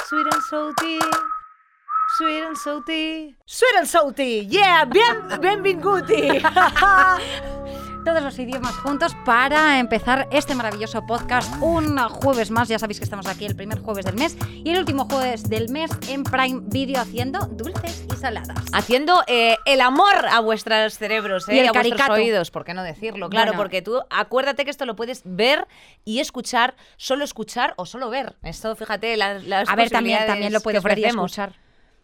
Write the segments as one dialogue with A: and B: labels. A: Sweet and Salty. Sweet and Salty. Sweet and Salty. Yeah, bien, bien, binguti.
B: todos los idiomas juntos para empezar este maravilloso podcast un jueves más. Ya sabéis que estamos aquí el primer jueves del mes y el último jueves del mes en Prime Video haciendo dulces y saladas.
C: Haciendo eh, el amor a vuestros cerebros eh,
B: Y el
C: a vuestros
B: caricato.
C: oídos, ¿por qué no decirlo? Claro,
B: Bueno.
C: porque tú acuérdate que esto lo puedes ver y escuchar, solo escuchar o solo ver. Esto, fíjate, la- las
B: A ver, también, también lo
C: puedes
B: puedes ver y escuchar.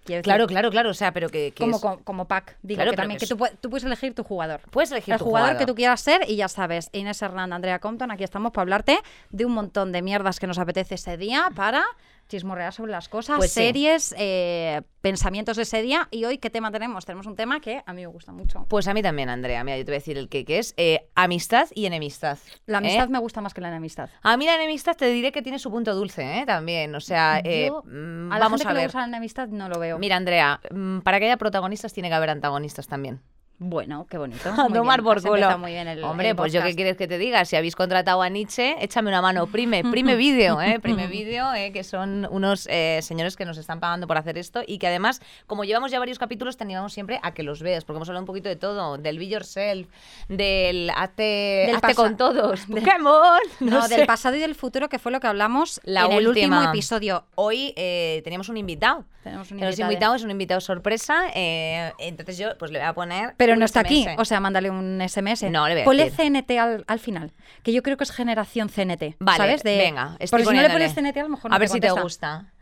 B: Quiero decir,
C: Claro, claro, claro, o sea, pero que, que
B: Como,
C: es-
B: co- como pack, digo
C: Claro,
B: que
C: claro
B: también,
C: que
B: que
C: es-
B: tú, pu- tú puedes elegir tu jugador.
C: Puedes elegir
B: el
C: tu
B: jugador, que
C: jugador.
B: tú quieras ser y ya sabes, Inés Hernández, Andrea Compton, aquí estamos para hablarte de un montón de mierdas que nos apetece ese día para chismorrear sobre las cosas,
C: Pues sí.
B: series, eh, pensamientos de ese día y hoy qué tema tenemos. Tenemos un tema que a mí me gusta mucho.
C: Pues a mí también, Andrea. Mira, yo te voy a decir el que, que es eh, amistad y enemistad.
B: La
C: ¿eh?
B: amistad me gusta más que la enemistad.
C: A mí la enemistad te diré que tiene su punto dulce, ¿eh? También, o sea, eh,
B: Yo,
C: mm,
B: a la
C: vamos a
B: gente que le
C: ver.
B: gusta la enemistad no lo veo.
C: Mira, Andrea, mm, para que haya protagonistas tiene que haber antagonistas también.
B: Bueno, qué bonito.
C: A
B: Muy
C: tomar
B: bien,
C: por
B: has empezado
C: culo.
B: muy bien el-
C: Hombre,
B: el
C: pues yo qué
B: podcast.
C: quieres que te diga. Si habéis contratado a Nietzsche, échame una mano. Prime, prime vídeo, ¿eh? Prime vídeo, ¿eh? que son unos eh, señores que nos están pagando por hacer esto y que además, como llevamos ya varios capítulos, te animamos siempre a que los veas, porque hemos hablado un poquito de todo, del Be Yourself, del Hazte,
B: Del
C: hazte
B: pasa-
C: con todos, Pokémon,
B: No,
C: no sé.
B: del pasado y del futuro, que fue lo que hablamos
C: La
B: en el último
C: última.
B: episodio.
C: Hoy eh, teníamos un invitado.
B: Tenemos un
C: Que nos
B: invitado. ¿eh?
C: invitado es un invitado sorpresa. eh, entonces yo pues le voy a poner.
B: Pero
C: un
B: no está aquí,
C: SMS.
B: o sea, mándale un SMS.
C: No, le voy a
B: Ponle
C: decir.
B: CNT al, al final, que yo creo que es generación CNT.
C: Vale,
B: ¿sabes? De-
C: venga. estoy
B: Porque si no le
C: poniéndole.
B: pones CNT, a lo mejor
C: A
B: no
C: ver si te
B: contesta.
C: gusta.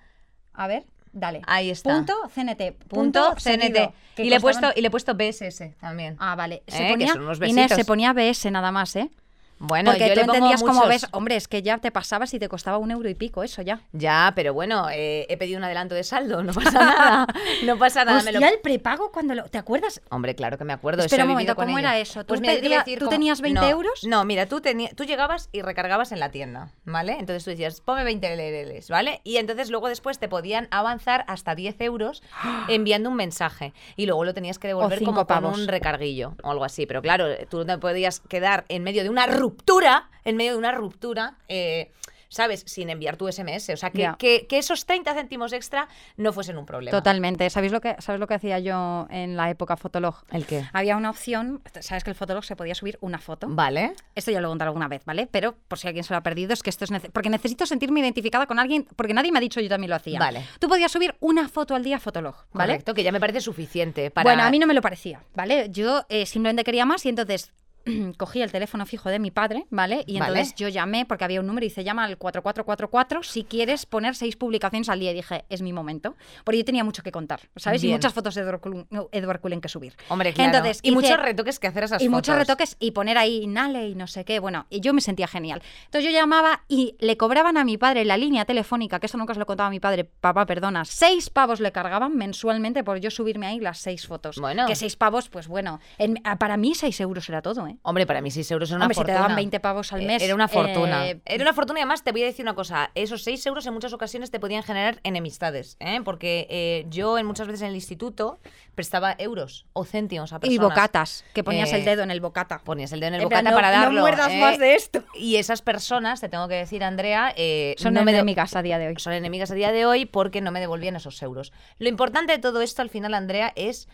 B: A ver, dale.
C: Ahí está.
B: Punto CNT.
C: Punto CNT.
B: seguido, que
C: Y le, he
B: constaban-
C: puesto, y le he puesto BSS también.
B: Ah, vale.
C: Eh,
B: Se
C: que
B: ponía,
C: son unos
B: Inés, se
C: besitos.
B: ponía BS nada más, ¿eh?
C: Bueno,
B: Porque
C: yo
B: tú
C: le pongo
B: entendías como
C: muchos.
B: ves, hombre, es que ya te pasabas y te costaba un euro y pico eso ya.
C: Ya, pero bueno, eh, he pedido un adelanto de saldo, no pasa nada. No pasa nada. me
B: Hostia,
C: lo-
B: el prepago cuando lo... ¿Te acuerdas?
C: Hombre, claro que me acuerdo.
B: Espera
C: eso he
B: un
C: vivido
B: momento,
C: con
B: ¿cómo
C: ella.
B: era eso? ¿Tú
C: Pues mira, yo te voy a
B: pedías-
C: decir
B: tú
C: cómo-
B: tenías 20
C: no,
B: euros?
C: No, mira, tú, teni- tú llegabas y recargabas en la tienda, ¿vale? Entonces tú decías, ponme 20 LLs, ¿vale? Y entonces luego después te podían avanzar hasta 10 euros enviando un mensaje. Y luego lo tenías que devolver
B: cinco
C: como con
B: pavos.
C: un recarguillo o algo así. Pero claro, tú no te podías quedar en medio de una ruptura, en medio de una ruptura... eh, ¿Sabes? Sin enviar tu SMS. O sea, que,
B: Ya.
C: que- que esos 30 céntimos extra no fuesen un problema.
B: Totalmente. ¿Sabéis lo que, ¿Sabes lo que hacía yo en la época Fotolog?
C: ¿El qué?
B: Había una opción, sabes que el Fotolog se podía subir una foto.
C: Vale.
B: Esto ya lo he contado alguna vez, ¿vale? Pero por si alguien se lo ha perdido, es que esto es nece- porque necesito sentirme identificada con alguien, porque nadie me ha dicho yo también lo hacía.
C: Vale.
B: Tú podías subir una foto al día a Fotolog, ¿vale?
C: Correcto, que ya me parece suficiente para...
B: Bueno, a mí no me lo parecía, ¿vale? Yo eh, simplemente quería más y entonces cogí el teléfono fijo de mi padre, ¿vale? Y
C: Vale.
B: entonces yo llamé porque había un número y dice, llama al 4444 si quieres poner seis publicaciones al día. Y dije, es mi momento. Porque yo tenía mucho que contar, ¿sabes? Y
C: Bien.
B: muchas fotos de Edward Cullen, no, Edward Cullen que subir.
C: Hombre, claro.
B: Entonces,
C: y muchos
B: hice-
C: retoques que hacer a esas
B: y muchos
C: fotos.
B: retoques y poner ahí Nale y no sé qué. Bueno, y yo me sentía genial. Entonces yo llamaba y le cobraban a mi padre la línea telefónica, que esto nunca se lo contaba a mi padre, papá, perdona, seis pavos le cargaban mensualmente por yo subirme ahí las seis fotos.
C: Bueno.
B: Que seis pavos, pues bueno, en- a- para mí seis euros era todo, ¿eh?
C: Hombre, para mí 6 euros era una
B: Hombre, si te
C: fortuna.
B: daban 20 pavos al
C: Eh,
B: mes,
C: Era una fortuna.
B: eh,
C: Era una fortuna y además te voy a decir una cosa. Esos 6 euros en muchas ocasiones te podían generar enemistades. ¿eh? Porque eh, yo en muchas veces en el instituto prestaba euros o céntimos a personas.
B: Y bocatas, que ponías
C: Eh,
B: el dedo en el bocata.
C: Ponías el dedo en el
B: En
C: bocata
B: plan, no-
C: para
B: no
C: darlo.
B: muerdas
C: ¿eh?
B: más de esto.
C: Y esas personas, te tengo que decir, Andrea, eh,
B: Son
C: no me de-
B: enemigas a día de hoy.
C: son enemigas a día de hoy porque no me devolvían esos euros. Lo importante de todo esto al final, Andrea, es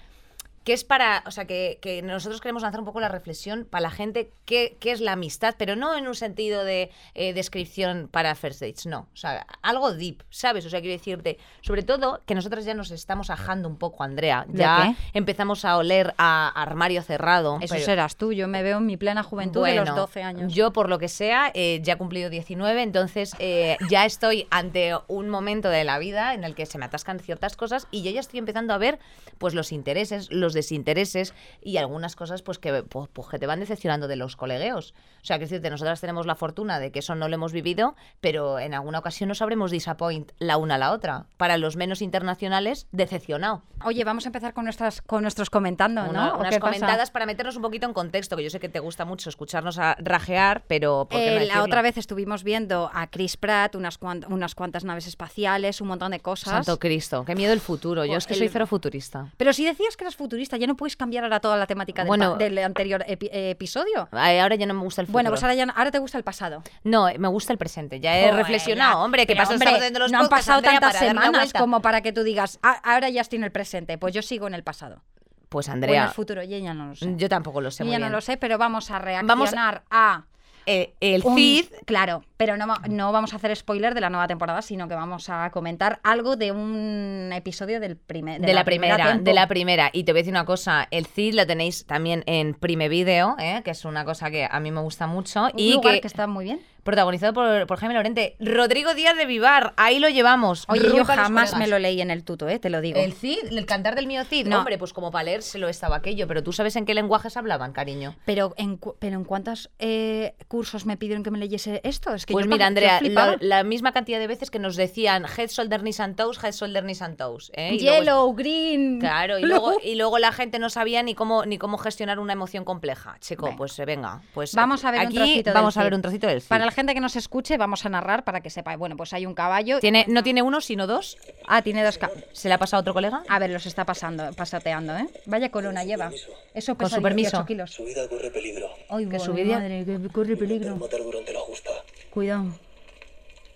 C: que es para, o sea, que, que nosotros queremos lanzar un poco la reflexión para la gente qué, qué es la amistad, pero no en un sentido de eh, descripción para first dates, no, o sea, algo deep, ¿sabes? O sea, quiero decirte, sobre todo que nosotros ya nos estamos ajando un poco, Andrea,
B: ¿De
C: ya empezamos a oler a armario cerrado.
B: Eso
C: pero-
B: serás tú, yo me veo en mi plena juventud de los
C: bueno,
B: 12 años.
C: Yo, por lo que sea, eh, ya he cumplido 19, entonces eh, ya estoy ante un momento de la vida en el que se me atascan ciertas cosas y yo ya estoy empezando a ver pues los intereses, los desintereses y algunas cosas pues que, pues, pues, que te van decepcionando de los colegueos. O sea, que decirte, nosotras tenemos la fortuna de que eso no lo hemos vivido, pero en alguna ocasión nos habremos disappoint la una a la otra. Para los menos internacionales, decepcionado.
B: Oye, vamos a empezar con nuestras con nuestros comentando,
C: Una-
B: ¿no? ¿O
C: unas
B: qué pasa?
C: comentadas para meternos un poquito en contexto, que yo sé que te gusta mucho escucharnos a rajear, pero ¿por qué no
B: Eh, la
C: decirlo?
B: otra vez estuvimos viendo a Chris Pratt, unas, cuan- unas cuantas naves espaciales, un montón de cosas.
C: Santo Cristo, qué miedo el futuro. Yo es que
B: El-
C: soy cero futurista.
B: Pero si decías que eras futurista. Ya no puedes cambiar ahora toda la temática del,
C: Bueno. Ah,
B: pa- del anterior epi- eh, episodio.
C: Ay, Ahora ya no me gusta el futuro.
B: Bueno, pues ahora, ya, no- ahora te gusta el pasado.
C: No, eh, me gusta el presente. Ya he
B: Joder,
C: reflexionado,
B: ya.
C: hombre. ¿Qué
B: Pero,
C: pasa?
B: hombre,
C: Estamos haciendo los
B: no han
C: podcasts,
B: pasado
C: Andrea,
B: tantas
C: para dar una
B: semanas
C: vuelta.
B: como para que tú digas, "Ah, ahora ya estoy en el presente, pues yo sigo en el pasado.
C: Pues
B: O en el
C: Andrea,
B: futuro, yo ya no lo sé.
C: yo tampoco lo sé
B: Yo
C: muy
B: ya no
C: bien.
B: lo sé, pero vamos a reaccionar
C: Vamos-
B: a...
C: Eh, el
B: un-
C: feed
B: Claro, pero no, va- no vamos a hacer spoiler de la nueva temporada, sino que vamos a comentar algo de un episodio del primer,
C: de, la primera,
B: tempo.
C: de la primera. Y te voy a decir una cosa, el CID la tenéis también en Prime Video, ¿eh? que es una cosa que a mí me gusta mucho.
B: Un
C: y
B: lugar
C: que,
B: que... está muy bien.
C: protagonizado por, por Jaime Lorente. Rodrigo Díaz de Vivar, ahí lo llevamos.
B: Oye, yo
C: Rompan los
B: jamás me
C: colegas.
B: lo leí en el tuto, eh, te lo digo.
C: El Cid, el cantar del mío Cid.
B: No.
C: Hombre, pues como para leérselo estaba aquello, pero tú sabes en qué lenguajes hablaban, cariño.
B: Pero en, cu- pero en cuántos eh, cursos me pidieron que me leyese esto? Es que
C: Pues
B: yo
C: mira,
B: pa- yo
C: Andrea,
B: flipaba.
C: la, la misma cantidad de veces que nos decían Head, Shoulder, Knees and Toes, Head, Shoulder, Knees and Toes. ¿eh? Y luego-
B: Yellow, green.
C: Claro, y luego, eh, y luego la gente no sabía ni cómo, ni cómo gestionar una emoción compleja. Chico,
B: Venga.
C: pues eh, venga, pues
B: Vamos a ver un
C: aquí
B: trocito del
C: vamos a ver
B: Cid.
C: un trocito del Cid.
B: Para la gente que nos escuche, vamos a narrar para que sepa. Bueno, pues hay un caballo.
C: Tiene, no tiene uno, sino dos.
B: Ah, tiene dos caballos.
C: ¿Se le ha pasado a otro colega?
B: A ver, los está pasando, pasateando, ¿eh? Vaya columna lleva. Eso
C: Con
B: pesa
C: su permiso.
B: 18 kilos.
D: Su vida corre peligro.
B: Ay,
C: Que su
B: madre,
C: vida-
B: madre, que corre
D: Pueden
B: peligro.
D: matar durante la justa.
B: Cuidado.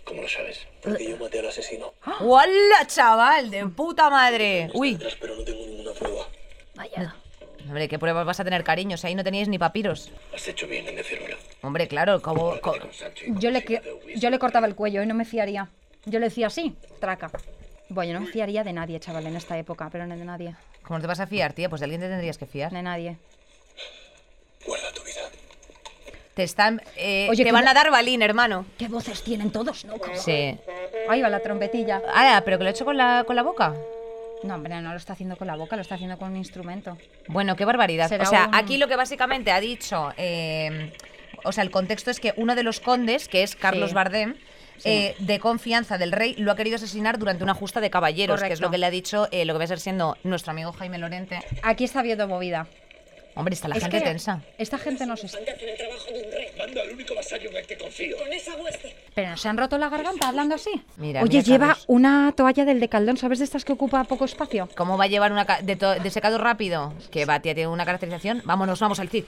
D: ¿Cómo lo sabes? Porque yo maté al asesino.
B: Ah.
C: ¡Hola, chaval! ¡De puta madre! Uy.
D: Atrás, pero no tengo ninguna prueba.
B: Vaya.
C: Hombre, ¿qué pruebas vas a tener, cariño? Si ahí no teníais ni papiros.
D: Has hecho bien en decírmelo.
C: Hombre, claro, como... co-
D: Con Sancho y con
B: Yo le,
D: Sina
B: que-
D: de Ubisoft.
B: yo le cortaba el cuello y no me fiaría. Yo le decía así, traca. Bueno, no me fiaría de nadie, chaval, en esta época, pero no de nadie.
C: ¿Cómo te vas a fiar, tía? Pues de alguien te tendrías que fiar.
B: De nadie.
D: Guarda tu vida.
C: Te están... eh,
B: Oye,
C: te
B: que
C: van
B: no-
C: a dar balín, hermano.
B: ¿Qué voces tienen todos, no?
C: Sí.
B: Ahí va la trompetilla.
C: Ah, pero que lo he hecho con la, con la boca.
B: No, hombre, no lo está haciendo con la boca, lo está haciendo con un instrumento.
C: Bueno, qué barbaridad.
B: Será
C: o sea,
B: un-
C: aquí lo que básicamente ha dicho, eh, o sea, el contexto es que uno de los condes, que es Carlos
B: Sí.
C: Bardem, eh, de confianza del rey, lo ha querido asesinar durante una justa de caballeros, que es
B: Correcto.
C: lo que le ha dicho eh, lo que va a ser siendo nuestro amigo Jaime Lorente.
B: Aquí está viendo movida.
C: Hombre, está la
B: Es
C: gente
B: que
C: tensa.
B: Esta gente no se...
E: hacen el trabajo de un rey.
D: Manda al único vasallo en el que confío.
E: Con esa hueste.
B: Pero no se han roto la garganta hablando así.
C: Mira,
B: Oye,
C: mira,
B: lleva
C: Carlos.
B: una toalla del decaldón, ¿sabes de estas que ocupa poco espacio?
C: ¿Cómo va a llevar una ca- de, to- de secado rápido? Que va, tía, tiene una caracterización. Vámonos, vamos al Cid.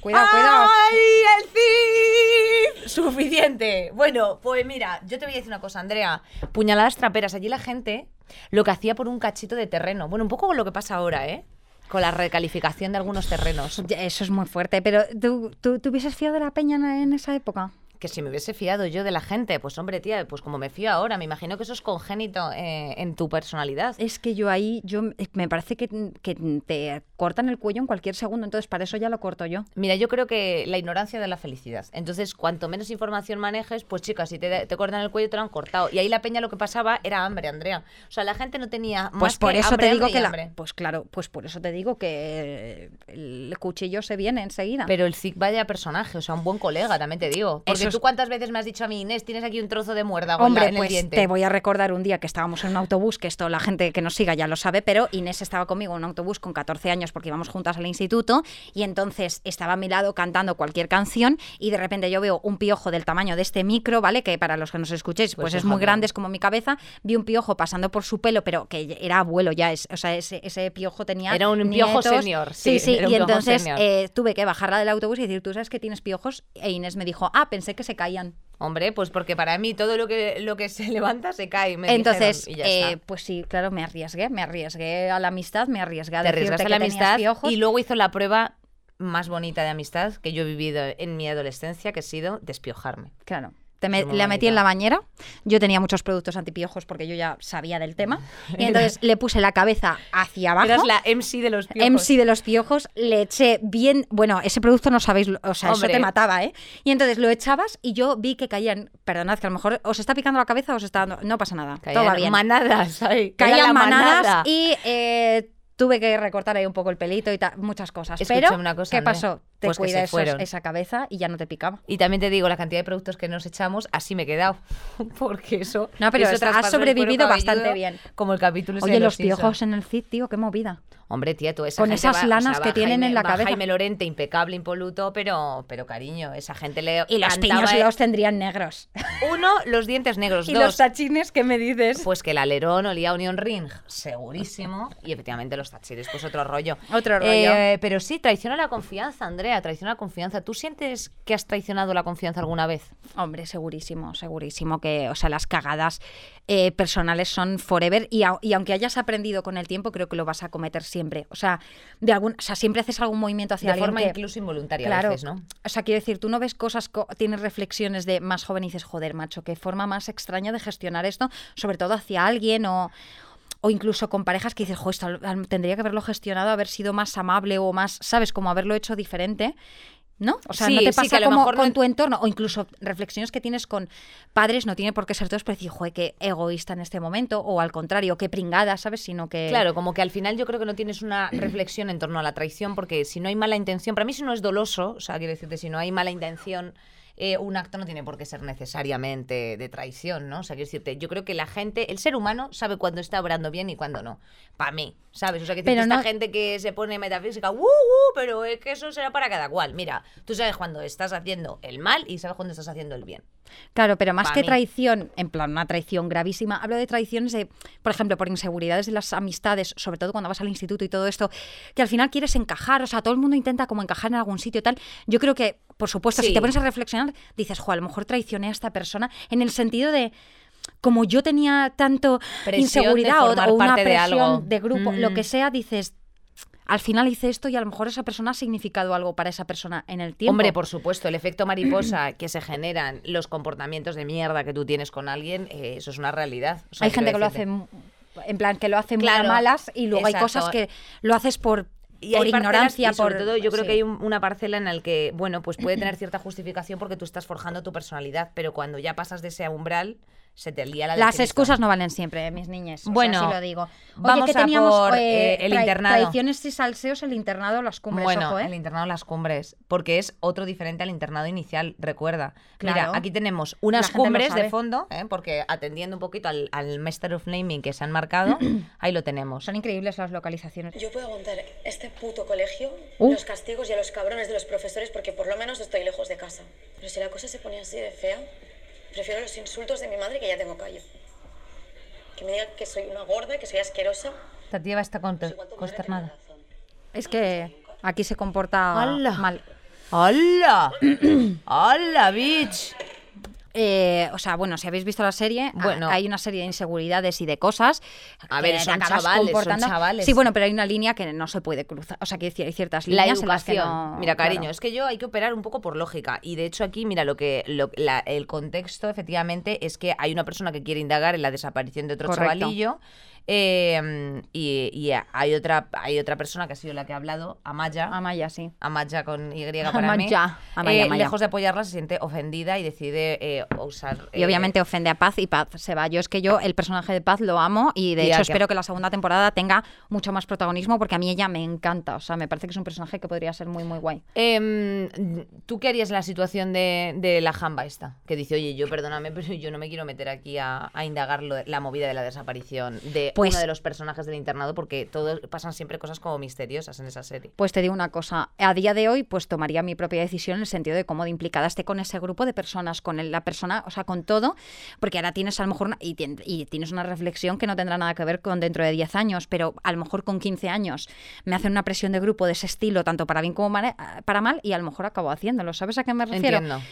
B: Cuidado, cuidado.
C: ¡Ay, el Cid! Suficiente. Bueno, pues mira, yo te voy a decir una cosa, Andrea. Puñaladas traperas. Allí la gente lo que hacía por un cachito de terreno. Bueno, un poco lo que pasa ahora, ¿eh? Con la recalificación de algunos terrenos.
B: Pues Ya, Eso es muy fuerte, pero ¿tú, tú, tú hubieses fiado de la peña en- en esa época?
C: Que si me hubiese fiado yo de la gente, pues hombre, tía, pues como me fío ahora, me imagino que eso es congénito eh, en tu personalidad.
B: Es que yo ahí, yo eh, me parece que, que te cortan el cuello en cualquier segundo, entonces para eso ya lo corto yo.
C: Mira, yo creo que la ignorancia da la felicidad. Entonces, cuanto menos información manejes, pues chicas, si te, te cortan el cuello, te lo han cortado. Y ahí la peña lo que pasaba era hambre, Andrea. O sea, la gente no tenía más
B: Pues por
C: que
B: eso
C: hambre,
B: te digo
C: hambre y
B: que
C: hambre.
B: la, pues claro, pues por eso te digo que el cuchillo se viene enseguida.
C: Pero el Zig vaya personaje, o sea, un buen colega, también te digo. Porque
B: Eso es-
C: tú cuántas veces me has dicho a mí, Inés, tienes aquí un trozo de muerda
B: Hombre,
C: en el
B: pues
C: diente.
B: te voy a recordar un día que estábamos en un autobús, que esto la gente que nos siga ya lo sabe, pero Inés estaba conmigo en un autobús con 14 años porque íbamos juntas al instituto y entonces estaba a mi lado cantando cualquier canción y de repente yo veo un piojo del tamaño de este micro, ¿vale? Que para los que nos escuchéis, pues,
C: Pues
B: es muy
C: déjame.
B: grande, es como mi cabeza. Vi un piojo pasando por su pelo, pero que era abuelo ya, es, o sea, ese, ese piojo tenía...
C: Era un piojo
B: nietos.
C: senior, sí,
B: Sí, sí,
C: era un
B: y
C: piojo
B: entonces
C: senior.
B: eh, tuve que bajarla del autobús y decir, tú sabes que tienes piojos, e Inés me dijo, ah, pensé que se caían.
C: Hombre, pues porque para mí todo lo que, lo que se levanta se cae. me
B: Entonces,
C: dijeron, y ya
B: eh,
C: está.
B: pues sí, claro, me arriesgué, me arriesgué a la amistad, me arriesgué a
C: te
B: decirte
C: arriesgaste
B: que
C: la
B: tenías
C: amistad
B: piojos.
C: y luego hizo la prueba más bonita de amistad que yo he vivido en mi adolescencia, que ha sido despiojarme.
B: Claro. Te me-
C: Es muy
B: la metí en
C: bonita.
B: la bañera. Yo tenía muchos productos antipiojos porque yo ya sabía del tema. Y entonces le puse la cabeza hacia abajo.
C: Eras la MC de los piojos.
B: MC de los piojos, le eché bien. Bueno, ese producto no sabéis, lo- o sea,
C: Hombre.
B: eso te mataba, ¿eh? Y entonces lo echabas y yo vi que caían. Perdonad, que a lo mejor os está picando la cabeza, os está dando. No pasa nada. todo va
C: Caían
B: bien.
C: Manadas, ay, era la
B: caían
C: manada.
B: manadas y eh, tuve que recortar ahí un poco el pelito y ta- muchas cosas.
C: Escúchame
B: Pero,
C: una cosa,
B: ¿qué
C: Andrea.
B: pasó? te
C: Pues que
B: cuida
C: se
B: esos-
C: fueron.
B: esa cabeza y ya no te picaba.
C: Y también te digo, la cantidad de productos que nos echamos, así me he quedado. Porque eso.
B: No, pero
C: eso
B: está- has
C: traspasó el cuero
B: sobrevivido bastante
C: cabelludo,
B: bien.
C: Como el capítulo ese
B: Oye,
C: de
B: los
C: Simpson.
B: piojos en el fit, tío, qué movida.
C: Hombre, tía, tú esa
B: Con
C: gente va-
B: esas
C: o sea,
B: lanas
C: va
B: que tienen
C: Jaime-
B: en la
C: va
B: cabeza.
C: Jaime Lorente, impecable, impoluto, pero, pero cariño, esa gente le.
B: Y los
C: cantaba,
B: piños
C: eh,
B: los tendrían negros.
C: Uno, los dientes negros.
B: y
C: dos,
B: los tachines, ¿qué me dices?
C: pues que el alerón olía a Onion Ring, segurísimo. Y efectivamente los tachiles, pues otro rollo.
B: Otro rollo.
C: Eh, pero sí, traiciona la confianza, Andrea, traiciona la confianza. ¿Tú sientes que has traicionado la confianza alguna vez?
B: Hombre, segurísimo, segurísimo que, o sea, las cagadas eh, personales son forever y, au- y aunque hayas aprendido con el tiempo, creo que lo vas a cometer siempre. O sea, de algún, o sea, siempre haces algún movimiento hacia
C: De
B: alguien
C: forma
B: que-
C: incluso involuntaria a
B: Claro.
C: veces, ¿no?
B: O sea, quiero decir, tú no ves cosas, co- tienes reflexiones de más joven y dices, joder, macho, qué forma más extraña de gestionar esto, sobre todo hacia alguien o, o incluso con parejas que dices, joder, esto al- tendría que haberlo gestionado, haber sido más amable o más, ¿sabes? Como haberlo hecho diferente. ¿No? O sea,
C: Sí,
B: no te
C: sí, que
B: pasa
C: a lo
B: como
C: mejor no
B: con
C: en-
B: tu entorno. O incluso reflexiones que tienes con padres, no tiene por qué ser todos, pero decir, joder, qué egoísta en este momento. O al contrario, qué pringada, ¿sabes? Sino que.
C: Claro, como que al final yo creo que no tienes una reflexión en torno a la traición, porque si no hay mala intención, para mí si no es doloso, o sea, quiero decirte, si no hay mala intención, eh, un acto no tiene por qué ser necesariamente de traición, ¿no? O sea, quiero decirte, yo creo que la gente, el ser humano sabe cuándo está obrando bien y cuándo no, para mí, ¿sabes? O sea, que
B: Pero
C: pero esta
B: no-
C: gente que se pone metafísica, "Uh, uh", pero es que eso será para cada cual. Mira, tú sabes cuando estás haciendo el mal y sabes cuando estás haciendo el bien.
B: Claro, pero más
C: Pa'
B: que
C: mí.
B: traición, en plan una traición gravísima, hablo de traiciones de, por ejemplo, por inseguridades de las amistades, sobre todo cuando vas al instituto y todo esto, que al final quieres encajar, o sea, todo el mundo intenta como encajar en algún sitio y tal. Yo creo que, por supuesto, si
C: Sí.
B: te pones a reflexionar, dices, jo, a lo mejor traicioné a esta persona en el sentido de como yo tenía tanto
C: Presión de
B: inseguridad o-
C: formar
B: o, una
C: parte de
B: presión de,
C: algo".
B: grupo,
C: Mm.
B: lo que sea, dices, al final hice esto y a lo mejor esa persona ha significado algo para esa persona en el tiempo.
C: Hombre, por supuesto, el efecto mariposa que se generan, los comportamientos de mierda que tú tienes con alguien, eh, eso es una realidad. O sea,
B: hay gente que
C: quiero
B: lo hace
C: decirte.
B: mu- en plan que lo hace muy a
C: Claro,
B: malas y luego hay
C: exacto.
B: cosas que lo haces por,
C: Y
B: por
C: hay parcelas,
B: ignorancia
C: y sobre
B: por
C: todo yo creo
B: sí.
C: que hay un- una parcela en la que, bueno, pues puede tener cierta justificación porque tú estás forjando tu personalidad, pero cuando ya pasas de ese umbral, se te lía la
B: las
C: leche
B: excusas
C: lista.
B: no valen siempre, eh, mis niñas.
C: Bueno,
B: Bueno, lo digo. Oye,
C: vamos
B: que
C: a
B: teníamos
C: por,
B: eh,
C: eh, el
B: trai-
C: internado.
B: Traiciones y salseos, el internado, las cumbres,
C: Bueno,
B: ojo, ¿eh?
C: el internado Las Cumbres, porque es otro diferente al internado inicial, recuerda.
B: Claro.
C: Mira, aquí tenemos
B: La
C: unas
B: gente lo
C: cumbres
B: sabe.
C: de fondo, ¿eh? porque atendiendo un poquito al, al Master of Naming que se han marcado, ahí lo tenemos.
B: Son increíbles las localizaciones.
E: Yo puedo aguantar este puto colegio,
B: Uh.
E: los castigos y a los cabrones de los profesores porque por lo menos estoy lejos de casa. Pero si la cosa se pone así de fea, prefiero los insultos de mi madre que ya tengo callo. Que me diga que soy una gorda, que soy asquerosa.
C: Esta tía está con-
E: Pues igual tu madre tiene
C: consternada.
E: razón.
B: Es que aquí se comporta
C: Ala.
B: mal.
C: ¡Hala! ¡Hala, bitch!
B: Eh, o sea, bueno, si habéis visto la serie, a-
C: Bueno.
B: hay una serie de inseguridades y de cosas.
C: A
B: que
C: ver,
B: te
C: son
B: acabas
C: chavales, son
B: comportando.
C: chavales.
B: Sí, bueno, pero hay una línea que no se puede cruzar. O sea, que hay ciertas
C: La
B: líneas en las que
C: educación.
B: no-
C: mira, cariño,
B: claro.
C: es que yo hay que operar un poco por lógica. Y de hecho aquí, mira, lo que lo- la- el contexto efectivamente es que hay una persona que quiere indagar en la desaparición de otro
B: Correcto.
C: chavalillo. eh, y y hay, otra, hay otra persona que ha sido la que ha hablado, Amaya.
B: Amaya, sí.
C: Amaya con Y para mí.
B: Amaya, Amaya,
C: Eh,
B: Amaya.
C: Lejos de apoyarla, se siente ofendida y decide eh, usar...
B: Y
C: eh,
B: obviamente ofende a Paz y Paz se va. Yo es que yo el personaje de Paz lo amo y de
C: Tía,
B: hecho
C: que-
B: espero que la segunda temporada tenga mucho más protagonismo porque a mí ella me encanta. O sea, me parece que es un personaje que podría ser muy, muy guay.
C: Em, ¿Tú qué harías en la situación de, de la jamba esta? Que dice, oye, yo perdóname, pero yo no me quiero meter aquí a, a indagar lo- la movida de la desaparición de
B: Pues-
C: uno de los personajes del internado, porque todos pasan siempre cosas como misteriosas en esa serie.
B: Pues te digo una cosa, a día de hoy pues tomaría mi propia decisión en el sentido de cómo de implicada esté con ese grupo de personas, con el- la persona, o sea, con todo, porque ahora tienes a lo mejor una, y, tien- y tienes una reflexión que no tendrá nada que ver con dentro de 10 años, pero a lo mejor con 15 años me hacen una presión de grupo de ese estilo, tanto para bien como mare- para mal, y a lo mejor acabo haciéndolo, ¿sabes a qué me refiero?
C: Entiendo.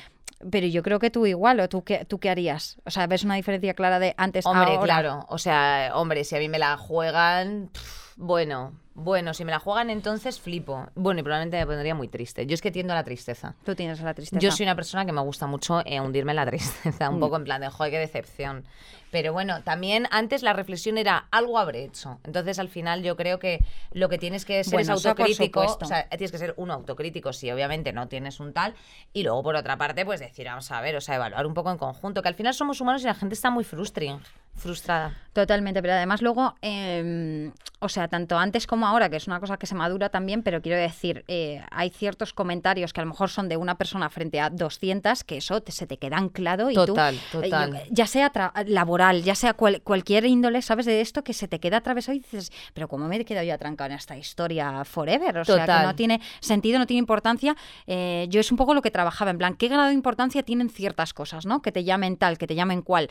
B: Pero yo creo que tú igual, o tú qué, tú qué harías. O sea, ves una diferencia clara de antes a
C: Hombre,
B: Pues ahora.
C: claro. O sea, hombre, si a mí me la juegan, pf, bueno, bueno, si me la juegan entonces flipo. Bueno, y probablemente me pondría muy triste. Yo es que tiendo a la tristeza.
B: Tú tienes la tristeza. Mm.
C: Yo soy una persona que me gusta mucho eh, hundirme en la tristeza, un poco en plan de, joder, qué decepción. Pero bueno, también antes la reflexión era, algo habré hecho. Entonces al final yo creo que lo que tienes que ser
B: Bueno,
C: es
B: eso por
C: autocrítico.
B: supuesto.
C: O sea, tienes que ser uno autocrítico si obviamente no tienes un tal. Y luego por otra parte, pues decir, vamos a ver, o sea, evaluar un poco en conjunto. Que al final somos humanos y la gente está muy frustring- frustrada.
B: Totalmente, pero además luego, eh, em, o sea, tanto antes como como ahora, que es una cosa que se madura también, pero quiero decir, eh, hay ciertos comentarios que a lo mejor son de una persona frente a 200, que eso te- se te queda anclado y tú,
C: Total,
B: eh,
C: total.
B: yo- ya sea tra- laboral, ya sea cual- cualquier índole, ¿sabes? De esto que se te queda atravesado y dices, pero ¿cómo me he quedado yo atrancado en esta historia forever? O sea,
C: Total.
B: que no tiene sentido, no tiene importancia. Eh, yo es un poco lo que trabajaba, en plan, ¿qué grado de importancia tienen ciertas cosas, ¿no? Que te llamen tal, que te llamen cual.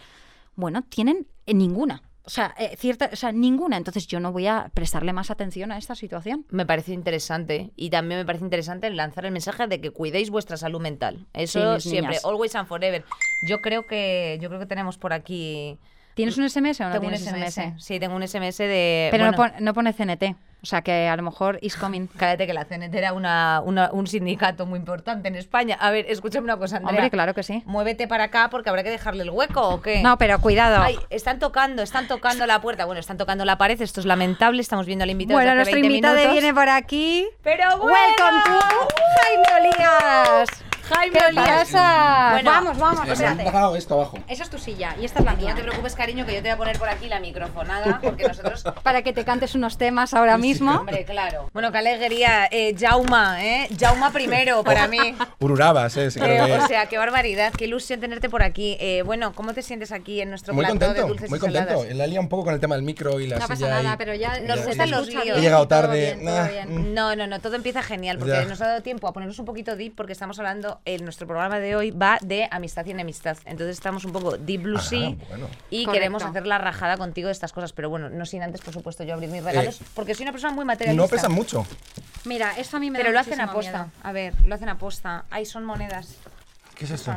B: Bueno, tienen eh, ninguna. O sea, eh, cierta, o sea, ninguna. Entonces yo no voy a prestarle más atención a esta situación.
C: Me parece interesante. Y también me parece interesante lanzar el mensaje de que cuidéis vuestra salud mental. Eso
B: mis
C: siempre,
B: niñas.
C: always and forever. Yo creo que, yo creo que tenemos por aquí.
B: ¿Tienes un SMS o Ah, no
C: tengo un
B: tienes
C: SMS. Sí, tengo un SMS de.
B: Pero no,
C: bueno,
B: pon- no pone CNT. O sea, que a lo mejor is coming.
C: Cállate que la CNT era una- una- un sindicato muy importante en España. A ver, escúchame una cosa, Andrea.
B: Hombre, claro que sí.
C: Muévete para acá porque habrá que dejarle el hueco o qué.
B: No, pero cuidado.
C: Ay, están tocando, están tocando la puerta. Bueno, están tocando la pared, esto es lamentable. Estamos viendo al invitado. desde
B: bueno,
C: hace
B: nuestro
C: 20
B: invitado
C: minutos.
B: viene por aquí.
C: Pero bueno.
B: Welcome to Jaime Olías.
C: Jaime
B: ¿Qué
C: Olías.
B: pasa?
C: Bueno,
B: vamos, vamos,
F: Me han
B: espérate.
F: bajado esto abajo.
B: Esa es tu silla y esta es la
C: No
B: mía.
C: te preocupes, cariño, que yo te voy a poner por aquí la microfonada, porque nosotros...
B: Para que te cantes unos temas ahora mismo.
C: Hombre, claro. Bueno, qué alegría. Eh, Jauma, ¿eh? Jauma primero para mí.
F: Ururabas, eh. sí, creo
C: Eh,
F: que-
C: o sea, qué barbaridad, qué ilusión tenerte por aquí. Eh, bueno, ¿cómo te sientes aquí en nuestro
F: muy
C: plato de
F: contento,
C: dulces
F: muy
C: y
F: contento.
C: saladas?
F: La lía un poco con el tema del micro y la
B: No pasa
F: silla y-
B: nada, pero ya
C: Nos
F: y-
C: gustan los líos.
F: He llegado
B: Todo
F: tarde.
B: bien, todo
F: Ah,
B: bien.
F: mm.
C: No, no, no, todo empieza genial, porque
F: Ya.
C: nos ha dado tiempo a ponernos un poquito deep, porque estamos hablando, en nuestro programa de hoy va de amistad y enemistad. Entonces estamos un poco deep blue
F: Ah,
C: sea,
F: bueno.
C: y
B: Correcto.
C: queremos hacer la rajada contigo de estas cosas, pero bueno, no sin antes, por supuesto, yo abrir mis regalos,
F: Eh,
C: porque soy una persona muy
F: No
C: materialista.
F: pesan mucho.
B: Mira, eso a mí me da
C: Pero lo hacen a
B: muchísimo
C: posta.
B: miedo.
C: A ver, lo hacen a posta. Ay, son monedas.
F: ¿Qué es esto?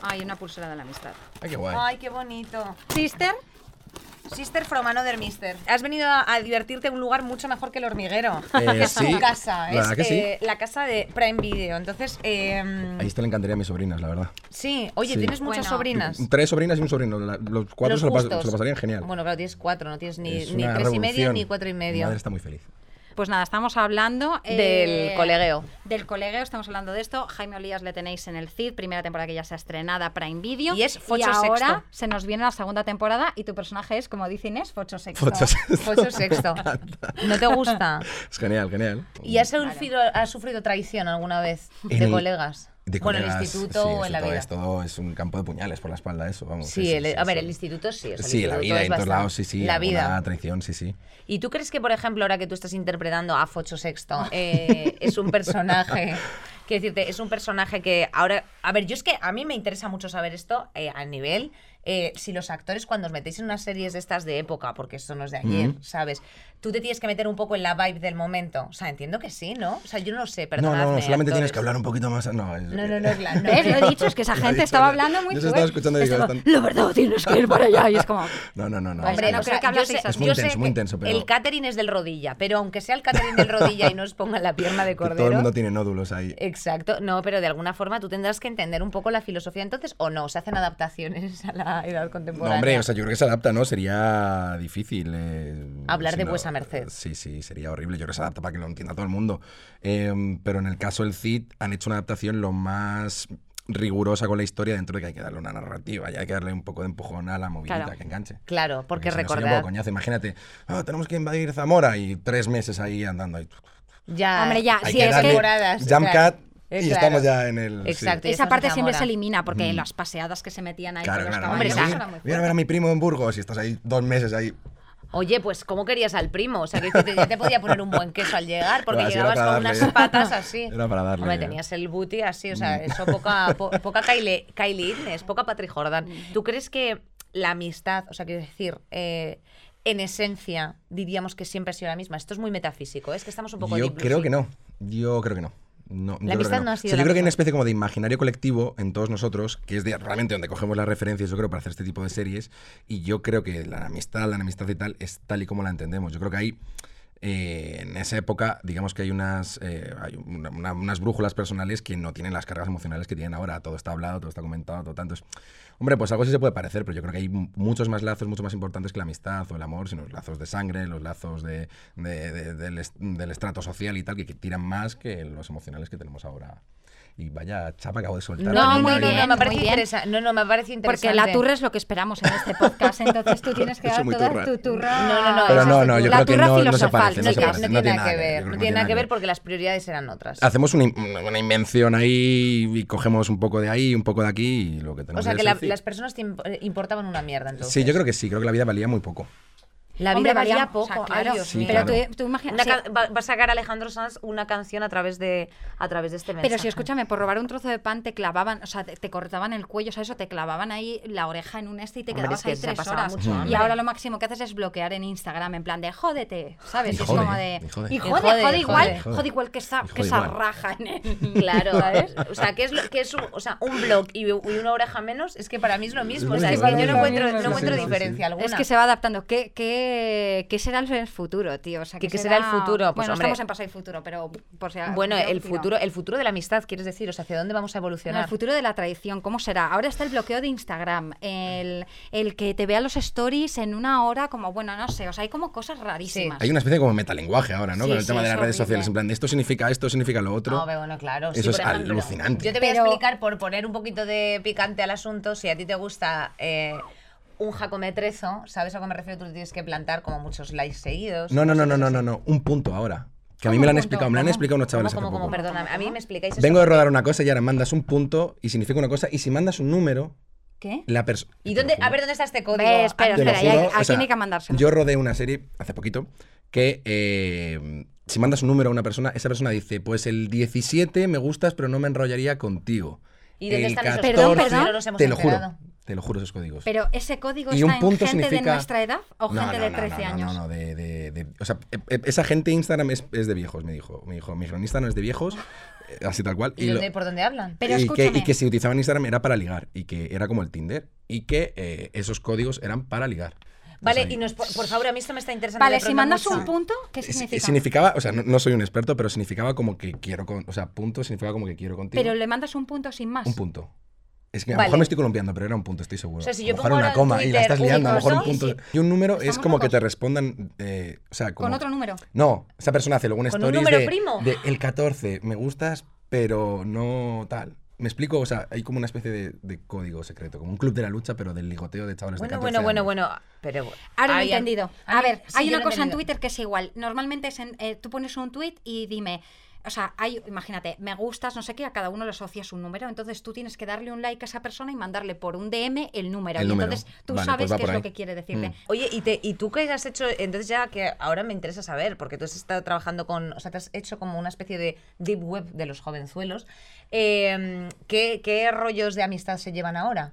B: Ay, una pulsera de la amistad.
F: Ay, qué guay.
C: Ay, qué bonito.
B: Sister,
C: Sister from another mister. Has venido a, a divertirte en un lugar mucho mejor que el hormiguero.
F: Eh,
C: que es
F: sí.
C: tu casa.
F: ¿Verdad
C: es
F: que sí?
C: eh, la casa de Prime Video. Entonces, eh,
F: Ahí esto le encantaría a mis sobrinas, la verdad.
C: sí. Oye,
F: Sí.
C: tienes muchas
B: Bueno.
C: sobrinas.
F: Tres sobrinas y un sobrino. la- los cuatro
C: Los
F: se, lo pas-
C: justos.
F: se lo pasarían genial.
C: Bueno, claro, tienes cuatro, no tienes ni,
F: Es
C: ni
F: una
C: tres y medio
F: revolución.
C: ni cuatro y
F: Mi
C: medio.
F: madre está muy feliz.
B: Pues nada, estamos hablando eh,
C: Del colegueo.
B: Del colegueo, estamos hablando de esto. Jaime Olías le tenéis en el CID, primera temporada que ya se ha estrenada Prime Video.
C: Y es Focho
B: ahora
C: Sexto.
B: se nos viene la segunda temporada y tu personaje es, como dice Inés, Focho Sexto.
C: Pues
F: Focho sexto.
C: Focho sexto.
F: Me encanta.
C: ¿No te gusta?
F: Es genial, genial.
C: ¿Y has sufrido, has sufrido traición alguna vez
F: En
C: de
F: el-
C: colegas?
F: De
C: bueno, en el
F: colegas,
C: instituto
F: sí,
C: o
F: esto
C: en la
F: todo
C: vida.
F: Es, todo es un campo de puñales por la espalda, eso, vamos.
C: Sí, el- a ver, el instituto sí. o sea, el
F: Sí, la
C: instituto
F: vida
C: es
F: en todos
C: bastante-
F: lados, sí, sí.
C: La
F: alguna
C: vida.
F: traición, sí, sí.
C: ¿Y tú crees que, por ejemplo, ahora que tú estás interpretando a Focho Sexto, eh, es un personaje... Quiero decirte, es un personaje que ahora... A ver, yo es que a mí me interesa mucho saber esto eh, a nivel... eh, si los actores cuando os metéis en unas series de estas de época, porque esto no es de ayer,
F: Ujú.
C: ¿sabes? Tú te tienes que meter un poco en la vibe del momento. O sea, entiendo que sí, ¿no? O sea, yo no lo sé,
F: No,
C: perdonadme.
F: no, no, solamente tienes
C: actores.
F: que hablar un poquito más. No, es-
C: No, no, no, claro. no.
B: ¿Ves? Lo he dicho, es que esa
F: Lo ha
B: gente
F: dicho,
B: estaba
F: yo-
B: hablando muy
F: yo se estaba
B: fuerte.
F: escuchando y digo,
B: Estaba,
F: están-
B: La verdad, tienes que ir para allá. Y es como...
F: No, no, no, no.
C: Hombre,
B: no
C: o
F: es-
C: sea,
B: creo que
C: yo
B: hablaseis
C: sé-
B: así. Es
F: muy
C: yo
F: intenso,
C: sé
F: muy
C: que
F: intenso, pero-
C: El catering es del rodilla, pero aunque sea el catering del rodilla y no os pongan la pierna de
F: que
C: cordero.
F: todo el mundo tiene nódulos ahí.
C: Exacto, no, pero de alguna forma tú tendrás que entender un poco la filosofía entonces, o no, se hacen adaptaciones a la edad
F: No,
C: contemporánea.
F: hombre, o sea, yo creo que se adapta, ¿no? Sería difícil. eh,
C: Hablar de
F: no-
C: vuesa merced.
F: Sí, sí, sería horrible. Yo creo que se adapta para que lo entienda todo el mundo. Eh, pero en el caso del Cid, han hecho una adaptación lo más rigurosa con la historia dentro de que hay que darle una narrativa y hay que darle un poco de empujón a la movilidad
B: Claro.
F: que enganche.
C: Claro, porque
F: si no sería un
C: recordad-
F: poco coñazo. Imagínate, "Ah, tenemos que invadir Zamora y tres meses ahí andando. ahí.
C: ya,
B: Hombre, ya,
F: Hay
B: sí,
F: que
B: es
F: darle
B: que...
C: temporadas,
F: Jump
C: claro.
F: cut
C: Eh,
F: y
C: claro.
F: estamos ya en el. sí.
C: Exacto.
B: Esa
C: Eso
B: parte
C: nos
B: siempre se
C: enamora.
B: elimina porque las paseadas que se metían ahí
F: Claro,
B: con los
F: claro.
C: Hombre,
F: Hombre,
B: caballos
C: sí.
B: era muy
F: voy a ver a mi primo en Burgos y estás ahí dos meses ahí.
C: Oye, pues ¿cómo querías al primo? O sea, que te, ya te podía poner un buen queso al llegar porque
F: Pero así era
C: llegabas
F: para
C: con
F: darle.
C: unas patas así.
F: Era para darle. ¿eh? Mm.
C: Hombre, tenías el booty así, o sea, eso poca, po- poca Kylie, Kylie Innes, poca Patrick Jordan. ¿Tú crees que la amistad, o sea, quiero decir, eh, en esencia diríamos que siempre ha sido la misma? Esto es muy metafísico, ¿eh? es que estamos un poco...
F: Yo
C: deep blue,
F: creo
C: sí.
F: que no. Yo creo que no. No, yo creo que
C: amistad no ha
F: O sea,
C: sido
F: yo
C: la
F: creo que hay
C: misma.
F: una especie como de imaginario colectivo en todos nosotros, que es de, realmente donde cogemos las referencias, yo creo, para hacer este tipo de series. Y yo creo que la amistad, la enemistad y tal, es tal y como la entendemos. Yo creo que hay, eh, en esa época, digamos que hay unas, eh, hay una- una- unas brújulas personales que no tienen las cargas emocionales que tienen ahora. Todo está hablado, todo está comentado, todo tanto. Es- Hombre, pues algo sí se puede parecer, pero yo creo que hay m- muchos más lazos, mucho más importantes que la amistad o el amor, sino los lazos de sangre, los lazos de, de- de- del, est- del estrato social y tal, que, que tiran más que los emocionales que tenemos ahora Y vaya chapa acabo de soltar.
C: No,
F: aquí,
C: muy
F: madre
C: bien,
F: mía.
C: no, me
B: muy
C: parece
B: bien.
C: interesante. No, no, me parece interesante.
B: Porque la turra es lo que esperamos en este podcast, entonces tú tienes que
F: Eso
B: dar
F: muy
B: toda
F: turra.
B: tu turra.
C: No, no, no,
F: Pero
C: esa
F: no,
C: es
F: no, yo
B: la
F: creo que
B: turra
F: no, no se
B: filosofal,
F: parece, no se
B: chicas,
C: Chicas,
F: parece.
C: no, tiene nada que ver. No tiene nada que ver porque las prioridades eran otras.
F: Hacemos una, im- una invención ahí y cogemos un poco de ahí, un poco de aquí y lo que tenemos
C: O sea,
F: es
C: que la-
F: sencillo.
C: las personas te imp- eh, importaban una mierda entonces.
F: Sí, yo creo que sí, creo que la vida valía muy poco.
C: La vida
B: Hombre,
C: valía,
B: valía-
C: poco.
B: o sea, claro,
C: Ay, Dios
F: Sí,
C: mío.
B: Pero
F: claro.
B: tú, tú imagina-
C: Una
B: sí,
C: ca- va, va a sacar Alejandro Sanz una canción a través de, a través de este mensaje.
B: Pero si escúchame, por robar un trozo de pan te clavaban, o sea, te, te cortaban el cuello, o sea, eso te clavaban ahí la oreja en un este y te
C: Hombre,
B: quedabas
C: es que
B: ahí
C: se ha
B: tres
C: pasado
B: horas.
C: mucho
B: y
C: hambre.
B: ahora lo máximo que haces es bloquear en Instagram, en plan de jódete, ¿sabes?
F: Y
B: Y es
F: jode,
B: como de.
F: y jode.
B: Y
F: Y
B: jode,
C: jode,
B: jode
C: y
B: igual,
C: jode.
B: jode igual que esa,
F: Y jode
B: que esa
F: igual.
B: raja en él.
C: Claro, O sea, ¿qué es, lo, qué es un, o sea, un blog y, y una oreja menos? Es que para mí es lo mismo.
F: Es
C: o sea,
F: lo
C: es que
F: mismo.
C: yo no encuentro, no
B: Sí, sí,
C: encuentro
F: sí, sí.
C: diferencia alguna.
B: Es que se va adaptando. ¿Qué, qué, qué será el futuro, tío? O sea,
C: ¿Qué- qué será el futuro? Pues,
B: bueno,
C: hombre.
B: estamos en pasado y futuro, pero por si
C: Bueno,
B: yo
C: el
B: opino.
C: futuro, el futuro de la amistad, quieres decir, o sea, ¿hacia dónde vamos a
B: No,
C: evolucionar?
B: el futuro de la traición, ¿cómo será? Ahora está el bloqueo de Instagram, el, el que te vea los stories en una hora, como bueno, no sé, o sea, hay como cosas
C: Ah.
B: rarísimas.
F: Hay una especie como metalenguaje ahora, ¿no?
B: Sí,
F: Con el
B: sí,
F: tema de
B: es
F: las redes
B: horrible.
F: sociales. En plan, esto significa esto, significa lo otro.
C: No, Ah, bueno, claro.
F: Eso
C: Sí,
F: es
C: por ejemplo,
F: alucinante.
C: Yo te voy
B: Pero-
C: a explicar, por poner un poquito de picante al asunto, si a ti te gusta eh, un jacometrezo, ¿sabes a qué me refiero? Tú te tienes que plantar como muchos likes seguidos.
F: No, no, no,
C: sé
F: no,
C: qué
F: no,
C: sé.
F: no, no. Un punto ahora. Que a mí
B: ¿Cómo
F: me lo han
B: punto?
F: explicado, me lo han
B: ¿Cómo?
F: explicado unos
C: ¿Cómo,
F: chavales hace
C: cómo,
F: poco.
C: cómo? Perdóname, a mí me explicáis eso.
F: Vengo de rodar una cosa y ahora mandas un punto y significa una cosa. Y si mandas un número,
B: ¿Qué?
F: la persona.
C: ¿Y dónde, a ver, ¿dónde está este código?
B: Ves, pero-
C: Ah,
F: Te lo
B: espera, ya-
F: juro,
B: ¿a quién hay que mandárselo?
F: Yo rodé una serie hace poquito que eh, si mandas un número a una persona, esa persona dice, pues el 17 me gustas, pero no me enrollaría contigo.
C: ¿Y dónde
F: el
C: están esos
B: Perdón, códigos? perdón.
F: Te
B: No
C: nos hemos
F: lo
C: enterado.
F: juro, te lo juro esos códigos.
B: Pero ese código
F: Y
B: está
F: un punto
B: en gente
F: significa...
B: de nuestra edad o
F: No,
B: gente
F: no,
B: de
F: no,
B: 13
F: no, no,
B: años.
F: No, no, de, de- de- O sea, e- e- esa gente Instagram es, es de viejos, me dijo. Me dijo, mi cronista no es de viejos, eh, así tal cual.
C: ¿Y,
F: lo-
C: dónde- por dónde hablan?
B: Pero
F: y, que,
B: escúchame.
F: y que si utilizaban Instagram era para ligar, y que era como el Tinder, y que eh, esos códigos eran para ligar.
C: Vale,
F: Entonces,
C: y
F: Pues ahí-
C: nos, por, por favor, a mí esto me está interesando.
B: Vale,
C: de
B: si
C: pronto
B: mandas
C: mucho.
B: un punto, ¿qué
F: Si-
B: significa?
F: Significaba, o sea, no, no soy un experto, pero significaba como que quiero con, o sea, punto significaba como que quiero contigo.
B: Pero le mandas un punto sin más.
F: un punto. Es que a lo
C: Vale.
F: mejor me estoy columpiando, pero era un punto, estoy seguro.
C: O sea, si
F: a
C: yo
F: lo mejor
C: pongo
F: era una
C: ahora en
F: coma y la
C: Twitter
F: estás liando, a lo
C: únicos,
F: mejor un
C: ¿no?
F: punto.
C: Y
F: Y un número es
B: Estamos
F: como que
B: locos.
F: te respondan, eh, o sea, como
B: Con otro número.
F: No, esa persona hace luego un
C: ¿Con un
F: stories
C: número
F: de,
C: primo?
F: de el 14, me gustas, pero no tal. ¿Me explico? O sea, hay como una especie de, de código secreto, como un club de la lucha, pero del ligoteo de chavales
C: Bueno,
F: de 14
C: bueno, bueno,
F: años.
C: bueno. Pero,
B: Ahora lo he
C: Ay, a-
B: entendido.
C: a
B: A
C: mí-
B: ver,
C: sí,
B: hay
C: yo
B: una
C: lo he
B: cosa en
C: entendido.
B: Twitter que es igual. Normalmente es en- eh, tú pones un tweet y dime, o sea, hay, imagínate, me gustas, no sé qué, a cada uno le asocias un número, entonces tú tienes que darle un like a esa persona y mandarle por un DM el número.
F: El
B: y
F: número.
B: entonces tú
F: Vale,
B: sabes
F: pues va
B: qué
F: por
B: es lo
F: ahí.
B: que quiere decirte.
F: Mm.
C: Oye, ¿y, te, ¿y tú qué has hecho? Entonces ya que ahora me interesa saber, porque tú has estado trabajando con, o sea, te has hecho como una especie de deep web de los jovenzuelos. Eh, ¿qué, qué rollos de amistad se llevan ahora?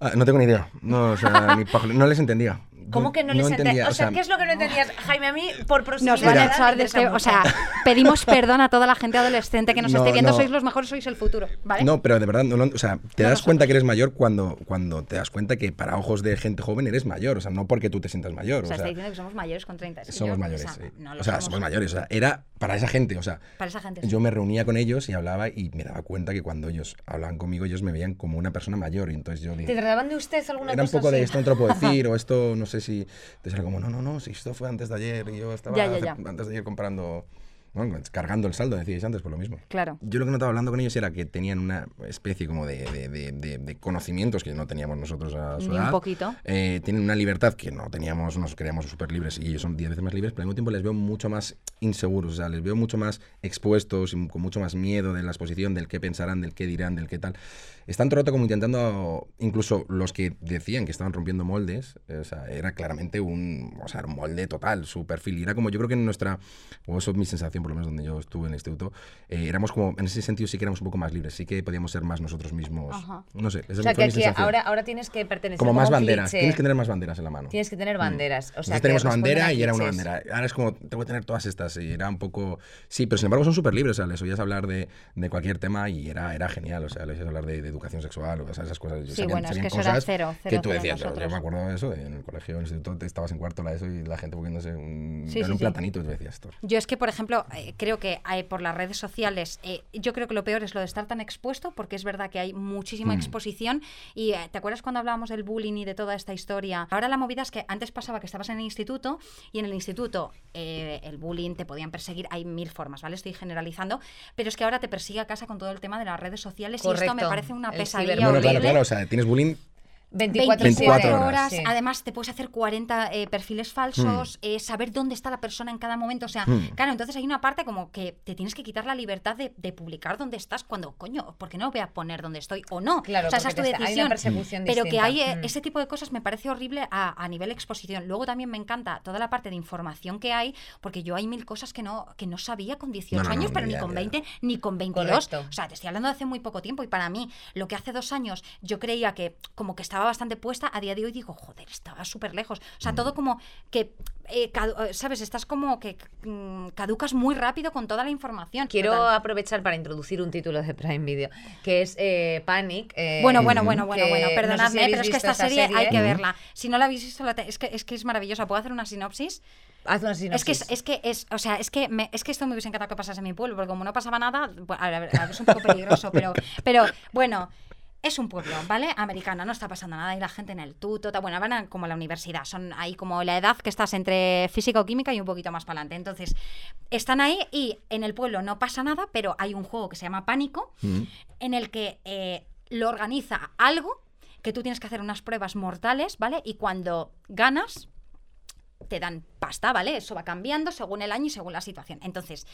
F: Ah, no tengo ni idea. No, o sea, ni pajo- no les entendía.
C: ¿Cómo que no, les entendías? O, sea, ¿qué es lo que no entendías? Jaime, a mí, por proximidad...
B: Nos van a
C: me
B: echar de
C: interesa
B: este,
C: mucho.
B: o sea, pedimos perdón a toda la gente adolescente que nos
F: No,
B: esté viendo,
F: no.
B: sois los mejores, sois el futuro, ¿vale?
F: No, pero de verdad, no, lo- o sea, te das cuenta que eres mayor cuando, cuando te das cuenta que para ojos de gente joven eres mayor, o sea, no porque tú te sientas
B: o
F: mayor, o
B: sea,
F: sea,
B: está diciendo que somos mayores con 30. Es que
F: somos
B: yo,
F: mayores,
B: O sea,
F: sí.
B: no lo
F: o sea somos mayores, o sea, era para esa gente, o sea,
B: Para esa gente. sí.
F: yo me reunía con ellos y hablaba y me daba cuenta que cuando ellos hablaban conmigo ellos me veían como una persona mayor y entonces yo
C: ¿Te
F: dije,
C: trataban de usted alguna
F: era un
C: cosa
F: poco de
C: así?
F: esto no te lo puedo decir o esto no sé si, entonces era como, no, no, no, si esto fue antes de ayer y yo estaba
B: Ya, ya,
F: hace-
B: ya.
F: antes de ayer comprando, bueno, cargando el saldo, decíais antes, por lo mismo.
B: Claro.
F: Yo lo que notaba hablando con ellos era que tenían una especie como de, de- de- de- de conocimientos que no teníamos nosotros a su
B: Ni un
F: edad.
B: poquito.
F: Eh, tienen una libertad que no teníamos, nos creíamos súper libres y ellos son 10 veces más libres, pero al mismo tiempo les veo mucho más inseguros, o sea, les veo mucho más expuestos y con mucho más miedo de la exposición, del qué pensarán, del qué dirán, del qué tal. Están todo el rato como intentando, incluso los que decían que estaban rompiendo moldes, eh, o sea, era claramente un, o sea, era un molde total, su perfil. Y era como, yo creo que en nuestra, o eso es mi sensación, por lo menos donde yo estuve en el instituto, eh, éramos como, en ese sentido sí que éramos un poco más libres, sí que podíamos ser más nosotros mismos.
B: Ajá.
F: No sé, esa
C: O sea,
F: fue
C: que
F: mi
C: aquí
F: sensación
C: ahora, ahora tienes que pertenecer
F: como más
C: a un
F: banderas.
C: cliché.
F: Tienes que tener más banderas en la mano.
C: Tienes que tener banderas. O sea,
F: Entonces
C: que
F: teníamos una
C: responden
F: bandera
C: a
F: y era una
C: clichés.
F: bandera. Ahora es como, tengo que tener todas estas. Y era un poco. Sí, pero sin embargo son súper libres. O sea, les oías hablar de, de cualquier tema y era, era genial. O sea, les oías hablar de, de educación sexual o sea, esas cosas.
B: Sí,
F: Salían-
B: bueno, es
F: salían
B: que eso era
F: cosas
B: cero,
F: Que
B: cero,
F: tú
B: cero
F: decías, yo- yo
B: nosotros.
F: me acuerdo de eso. En el colegio, en el instituto, te estabas en cuarto la ESO y la gente poniéndose un,
B: Sí,
F: en
B: sí,
F: un
B: sí.
F: platanito y tú decías esto.
B: Yo es que, por ejemplo, eh, creo que eh, por las redes sociales, eh, yo creo que lo peor es lo de estar tan expuesto, porque es verdad que hay muchísima
F: Mm.
B: exposición. Y eh, ¿te acuerdas cuando hablábamos del bullying y de toda esta historia? Ahora la movida es que antes pasaba que estabas en el instituto y en el instituto eh, el bullying te podían perseguir. Hay mil formas, ¿vale? Estoy generalizando, pero es que ahora te persigue a casa con todo el tema de las redes sociales y esto me
C: Correcto.
B: parece una
C: El
B: pesadilla.
C: ciberbullying.
F: Bueno, claro,
B: horrible.
F: claro, o sea, tienes bullying
C: 24,
B: 24
F: horas.
B: horas.
C: Sí.
B: Además, te puedes hacer 40 eh, perfiles falsos, eh, saber dónde está la persona en cada momento. O sea,
F: Mm.
B: claro, entonces hay una parte como que te tienes que quitar la libertad de, de publicar dónde estás cuando, coño, porque no voy a poner dónde estoy o no.
C: Claro,
B: o sea, esa es
C: porque
B: tu
C: te está- hay
B: decisión.
C: una persecución
B: Pero que
C: distinta.
B: hay eh,
C: Mm.
B: ese tipo de cosas me parece horrible a, a nivel exposición. Luego también me encanta toda la parte de información que hay, porque yo hay mil cosas que no, que no sabía con 18
F: No, no, no,
B: años,
F: no,
B: pero
F: ya,
B: ni con
F: ya.
B: 20, ni con 22.
C: Correcto.
B: O sea, te estoy hablando de hace muy poco tiempo y para mí, lo que hace dos años yo creía que como que estaba bastante puesta, a día de hoy digo, joder, estaba súper lejos. O
C: Mm.
B: sea, todo como que, eh, cadu- eh, ¿sabes? Estás como que mm, caducas muy rápido con toda la información.
C: Quiero
B: Total.
C: aprovechar para introducir un título de Prime Video, que es eh, Panic. eh,
B: Bueno, bueno, bueno, bueno,
C: que
B: bueno,
C: no sé
B: perdonadme,
C: si habéis
B: pero es que
C: visto
B: esta
C: esta
B: serie, hay
C: serie. ¿eh?
B: que
F: Ujú.
B: verla. Si no la habéis visto, la te- es, que, es que es maravillosa. ¿Puedo hacer una sinopsis?
C: Haz una
B: Es que,
C: sinopsis.
B: es, es que es, o sea, es que me- es que esto me hubiese encantado que pasase en mi pueblo, porque como no pasaba nada, bu- a ver, a ver, es un poco peligroso, pero, pero bueno, es un pueblo, ¿vale? Americano, no está pasando nada, y la gente en el tuto, ta- bueno, van a- como a la universidad, son ahí como la edad que estás entre física o química y un poquito más para adelante. Entonces, están ahí y en el pueblo no pasa nada, pero hay un juego que se llama Pánico,
F: Mm.
B: en el que eh, lo organiza algo que tú tienes que hacer unas pruebas mortales, ¿vale? Y cuando ganas, te dan pasta, ¿vale? Eso va cambiando según el año y según la situación. Entonces,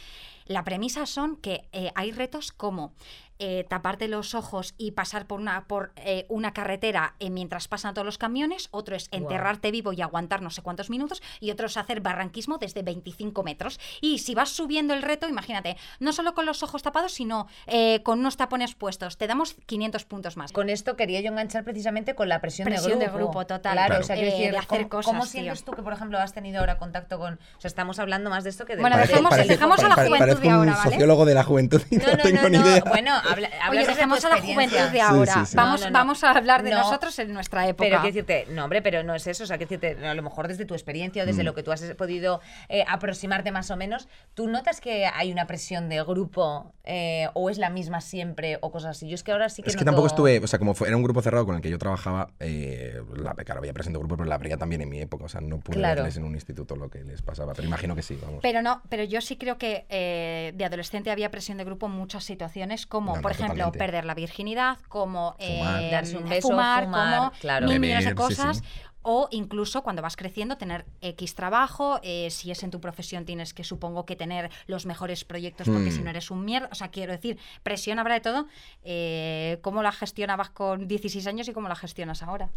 B: la premisa son que eh, hay retos como eh, taparte los ojos y pasar por una, por, eh, una carretera eh, mientras pasan todos los camiones, otro es
C: Guau.
B: enterrarte vivo y aguantar no sé cuántos minutos, y otro es hacer barranquismo desde 25 metros. Y si vas subiendo el reto, imagínate, no solo con los ojos tapados, sino eh, con unos tapones puestos, te damos 500 puntos más.
C: Con esto quería yo enganchar precisamente con la presión,
B: Presión
C: de
B: de
C: grupo.
B: grupo, total.
C: Claro,
F: Claro.
C: o sea, quiero
B: Eh,
C: decir,
B: de hacer
C: ¿cómo,
B: cosas,
C: cómo
B: tío.
C: sientes tú que, por ejemplo, has tenido ahora contacto con... O sea, estamos hablando más de esto que de...
B: Bueno,
C: de-
B: dejemos-
C: de-
B: dejamos a la
F: pare-
B: juventud
F: parezco
B: de ahora,
F: un
B: ¿vale?
F: sociólogo de la juventud y no,
C: No, no,
F: tengo
C: no,
F: ni
C: no.
F: idea.
C: Bueno, habla, habla
B: Oye,
C: desde tu
B: dejemos a la
C: experiencia.
B: juventud de
F: Sí,
B: ahora.
F: sí, sí.
B: Vamos,
C: No, no, no.
B: vamos a hablar de
C: No.
B: nosotros en nuestra época.
C: Pero quiero decirte, no, hombre, pero no es eso. O sea, quiero decirte, a lo mejor desde tu experiencia o
F: Mm.
C: desde lo que tú has podido eh, aproximarte más o menos, ¿tú notas que hay una presión de grupo eh, o es la misma siempre o cosas así? Yo es que ahora sí que
F: Es que
C: noto-
F: tampoco estuve, o sea, como fue- era un grupo cerrado con el que yo trabajaba, eh, la, claro, había presente grupo, pero la abría también en mi época, o sea, no pude
C: Claro.
F: verles en un instituto lo que les pasaba, pero imagino que sí, vamos.
B: Pero no, pero yo sí creo que eh, de adolescente había presión de grupo en muchas situaciones, como
F: No, no,
B: por ejemplo
F: totalmente.
B: perder la virginidad, como
F: Fumar.
B: eh,
C: Darse un beso,
B: fumar,
C: fumar,
B: como
C: claro.
B: mil millones de
F: Beber, sí,
B: cosas.
F: sí.
B: O incluso cuando vas creciendo, tener X trabajo, eh, si es en tu profesión tienes que supongo que tener los mejores proyectos porque
F: Mm.
B: si no eres un mierda, o sea, quiero decir, presión habrá de todo. Eh, ¿Cómo la gestionabas con 16 años y cómo la gestionas ahora?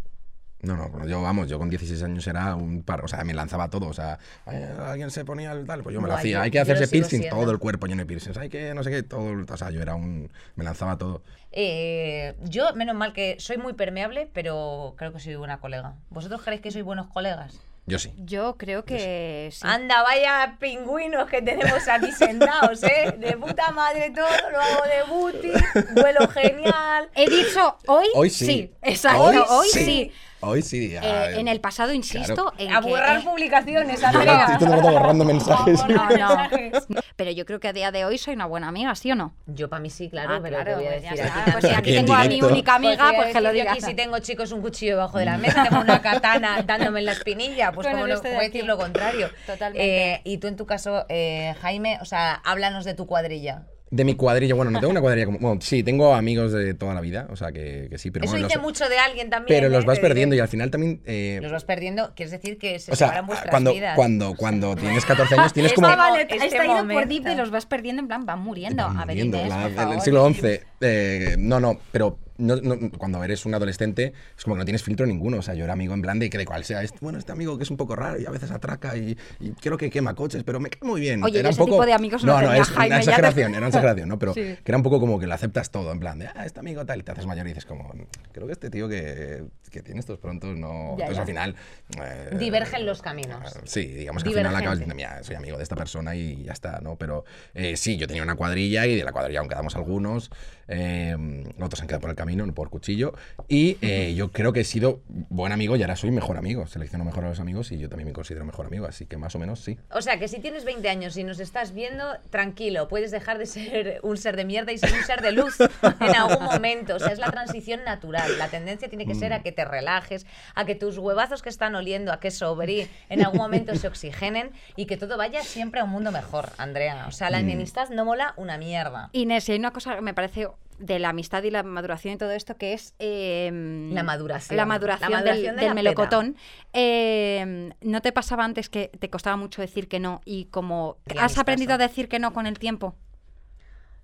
F: No, no, bueno, yo, vamos, yo con 16 años era un par, o sea, me lanzaba todo, o sea, eh, alguien se ponía el tal, pues yo me lo
C: Buah,
F: hacía,
C: yo-
F: hay que
C: yo lo
F: hacerse
C: sigo
F: piercing,
C: siendo.
F: todo el cuerpo lleno de piercings, hay que, no sé qué, todo, el- o sea, yo era un, me lanzaba todo.
C: Eh, yo, menos mal que soy muy permeable, pero creo que soy buena colega. ¿Vosotros creéis que sois buenos colegas?
F: Yo sí.
B: Yo creo que
F: Pues
B: sí.
C: Anda, vaya pingüinos que tenemos aquí sentados, ¿eh? De puta madre todo, lo hago de booty, vuelo genial.
B: He dicho hoy,
F: Hoy sí.
B: exacto, hoy,
F: Hoy
B: sí.
F: Hoy sí.
B: Eh,
F: a ver.
B: en el pasado insisto en
C: A
B: que-
C: borrar publicaciones,
F: Yo
C: Andrea.
F: estoy todo el rato borrando mensajes.
C: Por
B: No,
C: favor,
B: no.
C: mensajes.
B: Pero yo creo que a día de hoy soy una buena amiga, ¿sí o no?
C: Yo para mí sí, claro,
B: Ah,
C: pero te voy a
B: pues ya
C: decir
B: está,
C: aquí
B: pues si
C: también.
B: aquí
F: en
B: tengo a mi
F: directo.
B: única amiga, pues
C: voy a
B: que lo
C: decir yo
B: diga.
C: aquí, si tengo chicos un cuchillo debajo de la mesa, tengo una katana dándome en la espinilla, pues
B: Con
C: como
B: el
C: no
B: este de
C: voy a
B: aquí.
C: decir lo contrario.
B: Totalmente.
C: Eh, y tú en tu caso, eh, Jaime, o sea, háblanos de tu cuadrilla.
F: De mi cuadrilla, bueno, no tengo una cuadrilla como. Bueno, sí, tengo amigos de toda la vida, o sea que, que sí, pero
C: Eso
F: bueno,
C: dice
F: los,
C: mucho de alguien también.
F: pero los
C: ¿eh?
F: vas
C: Te diré.
F: perdiendo y al final también. eh,
C: Los vas perdiendo, quieres decir que se
F: o sea,
C: separan vuestras
F: cuando,
C: vidas.
F: cuando, cuando tienes 14 años tienes
C: Es
F: como.
B: Ah, vale,
C: Este
B: has traído por
C: momento.
B: Deep y los vas perdiendo, en plan, van muriendo.
F: Van
B: a ver,
F: muriendo,
B: Inés,
F: la-
B: por
F: el-
B: favor.
F: el siglo XI. eh, no, no, pero no- no, cuando eres un adolescente es como que no tienes filtro ninguno. O sea, yo era amigo en plan de que de cual sea. este- bueno, este amigo que es un poco raro y a veces atraca y, y creo que quema coches, pero me cae muy bien.
B: Oye, yo
F: era un
B: ese
F: poco,
B: tipo de amigos no tenía,
F: es
B: Jaime,
F: una
B: ya te-
F: exageración, era una exageración, ¿no? Pero
B: Sí.
F: que era un poco como que lo aceptas todo, en plan de, ah, este amigo tal, y te haces mayor y dices como, creo que este tío que, que tiene estos prontos no...
C: Ya,
F: Entonces
C: ya.
F: al final... eh,
C: Divergen los caminos.
F: Sí, digamos que al final acabas
C: Divergente.
F: diciendo, mira, soy amigo de esta persona y ya está, ¿no? Pero eh, sí, yo tenía una cuadrilla y de la cuadrilla aún quedamos algunos, eh, otros han quedado por el vino, por cuchillo. Y eh, yo creo que he sido buen amigo y ahora soy mejor amigo. Selecciono mejor a los amigos y yo también me considero mejor amigo, así que más o menos sí.
C: O sea, que si tienes 20 años y nos estás viendo, tranquilo, puedes dejar de ser un ser de mierda y ser un ser de luz en algún momento. O sea, es la transición natural. La tendencia tiene que ser a que te relajes, a que tus huevazos que están oliendo a que sobrí en algún momento se oxigenen y que todo vaya siempre a un mundo mejor, Andrea. O sea,
B: Mm.
C: la enemistad no mola una mierda.
B: Inés, y hay una cosa que me parece de la amistad y la maduración y todo esto, que es em,
C: La maduración.
B: la maduración
C: La maduración
B: del,
C: de
B: del
C: la
B: melocotón. Em, ¿No te pasaba antes que te costaba mucho decir que no y como
C: Y
B: has
C: amistoso.
B: aprendido a decir que no con el tiempo?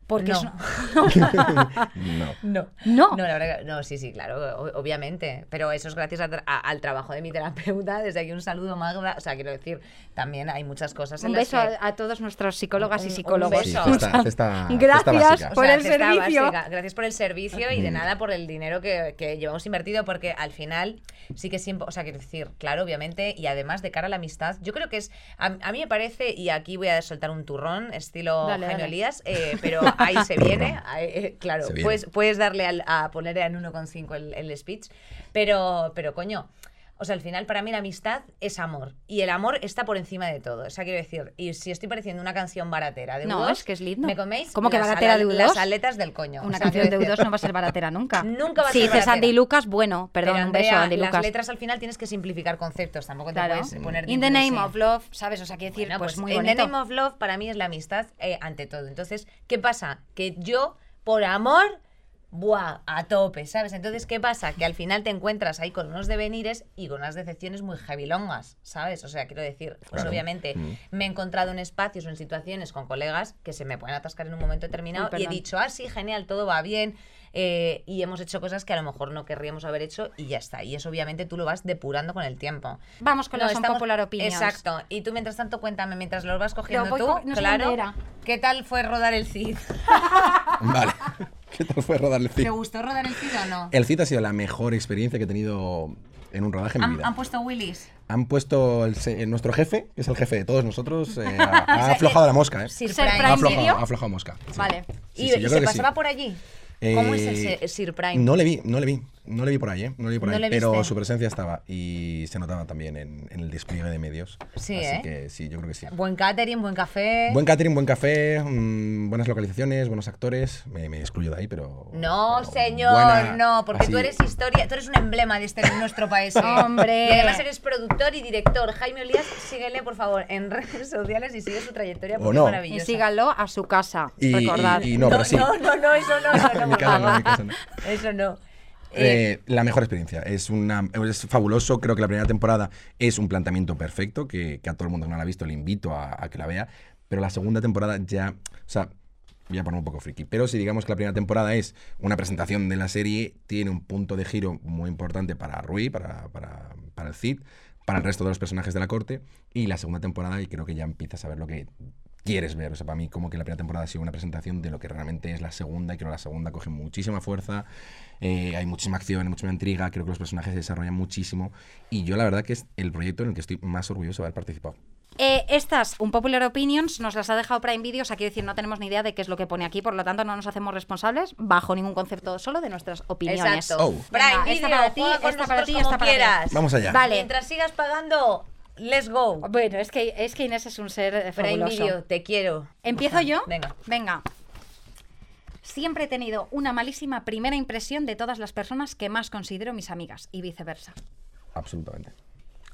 B: Porque
C: No.
B: es-
C: Ah.
F: No.
C: No.
B: No.
C: No, la verdad que- no, sí, sí, claro, o- obviamente. Pero eso es gracias a tra- a- al trabajo de mi terapeuta. Desde aquí un saludo, Magda. O sea, quiero decir, también hay muchas cosas en
B: un
C: las
B: beso
C: que-
B: a, a todos nuestros psicólogas
C: Un-
B: y
C: un
B: psicólogos.
C: beso.
F: Sí, cesta- cesta- cesta
B: Gracias
F: básica.
B: por el
C: cesta
B: servicio.
C: básica. Gracias por el servicio
F: Mm.
C: y de nada por el dinero que, que llevamos invertido, porque al final sí que siempre, o sea, quiero decir, claro, obviamente, y además de cara a la amistad, yo creo que es, a, a mí me parece, y aquí voy a soltar un turrón, estilo
B: Dale,
C: Jaime
B: dale.
C: Olías, eh, pero ahí se viene, ahí, eh, claro,
F: Se viene.
C: Puedes, puedes darle al- a poner en 1,5 el, el speech, pero, pero coño. O sea, al final para mí la amistad es amor. Y el amor está por encima de todo. O sea, quiero decir, y si estoy pareciendo una canción baratera de
B: No,
C: U2,
B: es que es lindo.
C: ¿Me coméis?
B: ¿Cómo que
C: las
B: baratera
C: ala-
B: de U2?
C: Las aletas del coño.
B: Una
C: O sea,
B: canción de
C: quiero
B: U2
C: decir,
B: no va a ser baratera nunca.
C: Nunca va a
B: Si
C: ser
B: dices
C: baratera.
B: Andy Lucas, bueno,
C: pero,
B: perdón, un beso
C: Andrea,
B: a Andy Lucas.
C: Las letras al final tienes que simplificar conceptos. Tampoco
B: Claro.
C: te puedes poner...
B: In the
C: difícil.
B: name of love, ¿sabes? O sea, quiero decir,
C: Bueno,
B: pues, muy
C: in
B: bonito.
C: the name of love para mí es la amistad eh, ante todo. Entonces, ¿qué pasa? Que yo, por amor, buah, a tope, ¿sabes? Entonces, ¿qué pasa? Que al final te encuentras ahí con unos devenires y con unas decepciones muy heavilongas, ¿sabes? O sea, quiero decir, pues
F: Claro.
C: obviamente
F: Mm.
C: me he encontrado en espacios o en situaciones con colegas que se me pueden atascar en un momento determinado
B: Uy,
C: y he
B: perdón.
C: dicho, ah, sí, genial, todo va bien. eh, y hemos hecho cosas que a lo mejor no querríamos haber hecho y ya está. Y eso obviamente tú lo vas depurando con el tiempo.
B: Vamos con
C: No,
B: las
C: estamos-
B: unpopular opinions.
C: Exacto. Y tú, mientras tanto, cuéntame, mientras los vas cogiendo
B: Lo voy
C: tú,
B: co- no sé
C: claro.
B: dónde era.
C: ¿Qué tal fue rodar el CID?
F: Vale. ¿Qué tal fue rodar el CIT?
C: ¿Te gustó rodar el CID o no?
F: El CIT ha sido la mejor experiencia que he tenido en un rodaje en mi
C: ¿Han,
F: vida.
C: han puesto Willis?
F: Han puesto el se- nuestro jefe, que es el jefe de todos nosotros, eh, ha, ha aflojado la mosca, ¿eh?
C: Sir
B: Sir
C: Prime.
F: ha
B: Prime
F: aflojado,
B: Video.
F: ha aflojado mosca. sí.
B: Vale.
C: ¿Y,
F: Sí, sí, yo
C: y
F: creo
C: se
F: que
C: pasaba
F: sí.
C: por allí? ¿Cómo es
F: Eh,
C: el Sir Prime?
F: No le vi, no le vi, no le vi por ahí, ¿eh? No le vi por
C: No
F: ahí,
C: le
F: pero
C: viste.
F: su presencia estaba y se notaba también en, en el despliegue de medios.
C: Sí,
F: Así
C: ¿eh?
F: que sí, yo creo que sí.
C: Buen catering, buen café.
F: Buen catering, buen café, mm, buenas localizaciones, buenos actores. Me, me excluyo de ahí, pero.
C: No,
F: pero
C: señor,
F: buena-
C: no, porque tú
F: así-
C: eres historia, tú eres un emblema de este nuestro país. ¿eh?
B: Hombre.
C: Y además eres productor y director. Jaime Olías, síguele, por favor, en redes sociales y sigue su trayectoria
F: O
C: porque
F: no.
C: es maravillosa.
B: Y síganlo a su casa,
F: Y-
B: recordad.
F: y- y no, pero sí.
C: no, no, no, eso no, eso no,
F: En mi
C: por
F: casa no, en
C: favor.
F: mi casa no.
C: Eso no. Eh,
F: Eh, la mejor experiencia. Es, una, es fabuloso. Creo que la primera temporada es un planteamiento perfecto que, que a todo el mundo que no la ha visto le invito a, a que la vea. Pero la segunda temporada ya. O sea, voy a poner un poco friki. Pero si digamos que la primera temporada es una presentación de la serie, tiene un punto de giro muy importante para Rui, para, para, para el Cid, para el resto de los personajes de la corte. Y la segunda temporada, y creo que ya empiezas a ver lo que. Quieres ver, o sea, para mí como que la primera temporada ha sido una presentación de lo que realmente es la segunda y creo que la segunda coge muchísima fuerza, eh, hay muchísima acción, hay muchísima intriga, creo que los personajes se desarrollan muchísimo y yo la verdad que es el proyecto en el que estoy más orgulloso de haber participado.
B: Eh, estas unpopular opinions nos las ha dejado Prime Video, o sea, quiero decir, no tenemos ni idea de qué es lo que pone aquí, por lo tanto no nos hacemos responsables bajo ningún concepto, solo de nuestras opiniones.
C: exacto.
F: Oh.
C: Prime
B: Venga, esta
C: Video,
B: para ti,
C: juega con
B: esta para
C: nosotros
B: ti,
C: como
B: esta para ti.
C: quieras.
F: Vamos allá.
B: Vale.
C: Mientras sigas pagando, let's go.
B: Bueno, es que, es que Inés es un ser eh,
C: Prime
B: fabuloso.
C: Video, te quiero.
B: ¿Empiezo yo?
C: Venga.
B: Venga. Siempre he tenido una malísima primera impresión de todas las personas que más considero mis amigas y viceversa.
F: Absolutamente.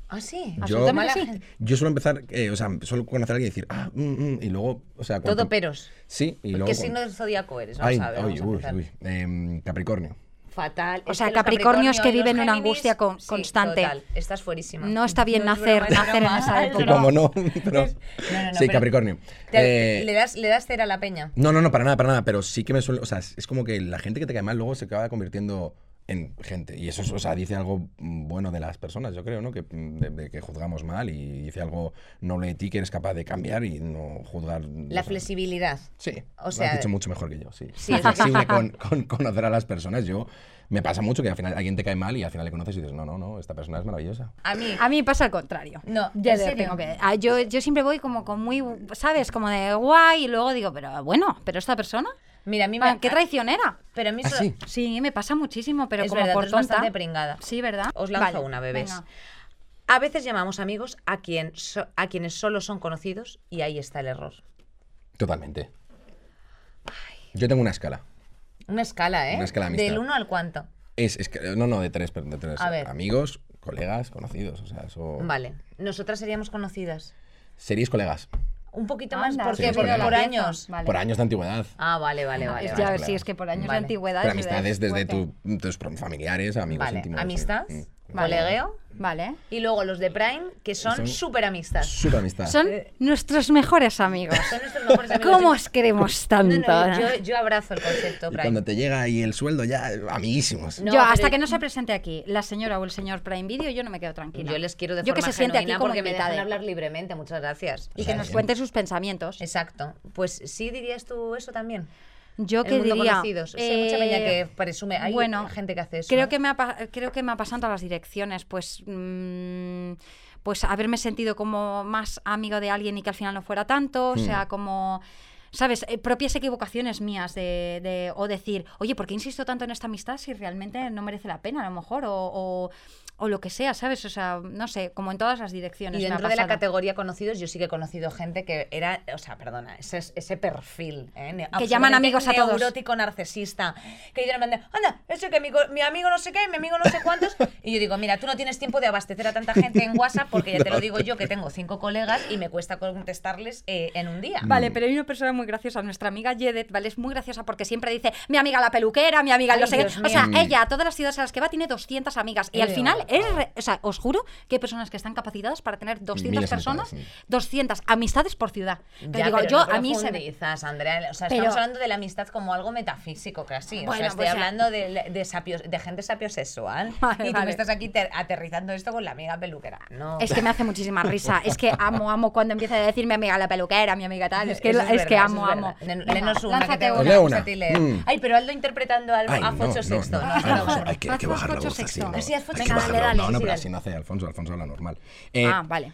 C: Ah, sí.
F: Yo,
B: Absolutamente
C: Mala
B: sí.
C: gente.
F: yo suelo empezar, eh, o sea, suelo conocer a alguien y decir, ah, mm, mm", y luego, o sea, cuando-
C: Todo peros.
F: Sí, y luego...
C: ¿Qué
F: cuando-
C: signo del zodíaco eres? Vamos
F: Ay,
C: a ver.
F: ay,
C: vamos a
F: uy,
C: empezar.
F: uy, em, Capricornio.
C: Fatal.
B: O
C: Es
B: sea,
C: que los
B: Capricornios que
C: y los
B: viven una
C: Géminis-
B: angustia con-
C: sí,
B: constante.
C: total, estás fuerísima.
B: No está bien
C: es
B: nacer-
C: broma, es
B: nacer en
C: broma,
B: esa
C: es
B: época.
C: broma.
F: Como no, pero...
C: No, no, no,
F: sí,
C: pero-
F: Capricornio.
C: Te-
F: Eh,
C: ¿Le, das, ¿Le das cera a la peña?
F: No, no, no, para nada, para nada, pero sí que me suele, o sea, es es como que la gente que te cae mal luego se acaba convirtiendo en gente y eso, es, o sea, dice algo mm, bueno de las personas, yo creo, ¿no? Que, mm, de, de que juzgamos mal y dice algo noble de ti que eres capaz de cambiar y no juzgar.
C: La
F: o sea,
C: flexibilidad.
F: Sí,
C: O
F: lo
C: sea,
F: has dicho mucho mejor que yo, sí.
C: Sí,
F: Sí,
C: es
F: es
C: verdad.
F: flexible con, con conocer a las personas. Yo me pasa mucho que al final alguien te cae mal y al final le conoces y dices, no, no, no, esta persona es maravillosa.
C: A mí.
B: A mí me pasa al contrario.
C: No,
B: yo,
C: ¿en
B: de-
C: serio?
B: tengo que- ah, yo, yo siempre voy como con muy, ¿sabes? Como de guay y luego digo, pero bueno, pero esta persona.
C: Mira, a mí me.
B: Ah, ¡Qué traicionera!
C: Pero a mí
F: ¿Ah,
C: eso-
F: sí?
B: Sí, me pasa muchísimo, pero
C: Es
B: como
C: verdad,
B: por
C: tú eres
B: tonta.
C: bastante pringada.
B: Sí, ¿verdad?
C: Os lanzo
B: Vale,
C: una, bebés.
B: venga.
C: A veces llamamos amigos a, quien so- a quienes solo son conocidos y ahí está el error.
F: Totalmente. Yo tengo una escala.
C: Una escala, ¿eh?
F: Una escala de
C: Del
F: amistad.
C: 1 al cuánto.
F: Es, es que- no, no, de tres, pero de tres.
C: A ver.
F: Amigos, colegas, conocidos. O sea, eso.
C: Vale. Nosotras seríamos conocidas.
F: Series colegas.
C: Un poquito
B: Anda,
C: más porque
F: sí,
C: ha
F: por
C: habido
F: ahí.
C: por años.
B: Vale.
F: Por años de antigüedad.
C: Ah, vale, vale, vale.
B: Es
C: vale.
B: que, a ver,
F: vale.
B: sí, es que por años
C: Vale.
B: de antigüedad.
F: Pero
B: es verdad,
F: amistades
B: es
F: desde
B: fuerte.
F: tu, tus familiares, amigos
C: Vale.
F: íntimos. Mm.
C: Amistad,
B: Vale.
C: colegueo.
B: Vale.
C: Y luego los de Prime, que son
F: Son-
C: súper amistad. Son
F: Super amistad.
B: Son
C: Eh.
B: nuestros mejores amigos.
C: nuestros mejores amigos.
B: ¿Cómo os queremos
C: No, no,
B: tanto?
C: yo, yo abrazo el concepto
F: Y
C: Prime.
F: cuando te llega ahí el sueldo ya, amiguísimos.
C: No,
B: yo,
C: pero-
B: hasta que no se presente aquí la señora o el señor Prime Video, yo no me quedo tranquila.
C: Yo les quiero de
B: Yo
C: forma
B: que se siente aquí
C: genuina
B: como
C: porque me
B: invitada.
C: dejan hablar libremente, muchas gracias.
B: Y que
F: Claro,
B: nos
F: bien.
B: cuente sus pensamientos.
C: Exacto. Pues sí dirías tú eso también.
B: Yo
C: El
B: que
C: mundo
B: diría. eh,
C: conocidos. Sí, hay mucha peña que presume. Hay gente que hace eso,
B: Creo
C: ¿no?
B: que me ha, pa- creo que me ha pasado en todas las direcciones, pues. mm, pues haberme sentido como más amigo de alguien y que al final no fuera tanto, o
C: Hmm.
B: sea, como. ¿Sabes? Eh, propias equivocaciones mías de, de- o decir, oye, ¿por qué insisto tanto en esta amistad si realmente no merece la pena a lo mejor? O, o, o lo que sea, ¿sabes? O sea, no sé, como en todas las direcciones.
C: Y
B: me ha
C: dentro de la
B: pasado.
C: categoría conocidos, yo sí que he conocido gente que era, o sea, perdona, ese, ese perfil. ¿eh? Ne-
B: Que llaman
C: absolutamente
B: amigos a todos.
C: Neurótico narcisista. Que dicen, en plan de, anda, eso que mi, co- mi amigo no sé qué, mi amigo no sé cuántos. Y yo digo, mira, tú no tienes tiempo de abastecer a tanta gente en WhatsApp porque ya te lo digo yo que tengo cinco colegas y me cuesta contestarles eh, en un día.
B: Vale,
F: Mm.
B: pero hay una persona muy graciosa, nuestra amiga Yedet, ¿vale? Es muy graciosa porque siempre dice, mi amiga la peluquera, mi amiga el no
C: Ay,
B: sé qué".
C: Dios
B: O sea,
C: mío.
B: ella, a todas las ciudades a las que va, tiene 200 amigas. Y al
C: Dios.
B: final, es re- o sea, os juro que hay personas que están capacitadas para tener 200
F: Miles de
B: personas,
F: amistades,
B: 200 amistades por ciudad. Pero
C: Ya,
B: digo,
C: pero
B: yo,
C: no
B: a mí se me-
C: profundizas, Andrea. O sea,
B: Pero-
C: estamos hablando de la amistad como algo metafísico casi. o
B: Bueno,
C: sea, estoy
B: pues,
C: hablando de, de, sapio- de gente sapiosexual.
B: Vale,
C: y tú
B: vale.
C: me estás aquí te- aterrizando esto con la amiga peluquera. No.
B: Es que me hace muchísima risa. Es que amo, amo cuando empieza a decir mi amiga la peluquera, mi amiga tal. Es que,
C: Eso
B: es
C: verdad,
B: que
C: eso
B: amo,
C: es
B: amo.
C: verdad. Len-
B: Venga,
C: Lenos una que
B: lánzate
C: te
F: una. Leo
C: gusta a ti leer.
F: Mm.
C: Ay, pero Aldo interpretando al,
F: Ay,
C: a Focho
F: no,
C: Sexto.
F: No,
C: No,
F: no,
C: eso
F: no,
C: no,
F: Alfonso,
C: no.
F: hay, que, hay que
B: Haz
F: bajar la
B: Focho
F: voz así.
B: Sexto.
F: ¿no?
C: Así, haz Focho
F: Hay que
C: Sexto.
F: bajar
C: Dale,
F: la voz.
C: dale,
F: No, no,
C: sí,
F: pero
C: dale.
F: así no hace Alfonso. Alfonso habla normal. Eh,
B: Ah, vale.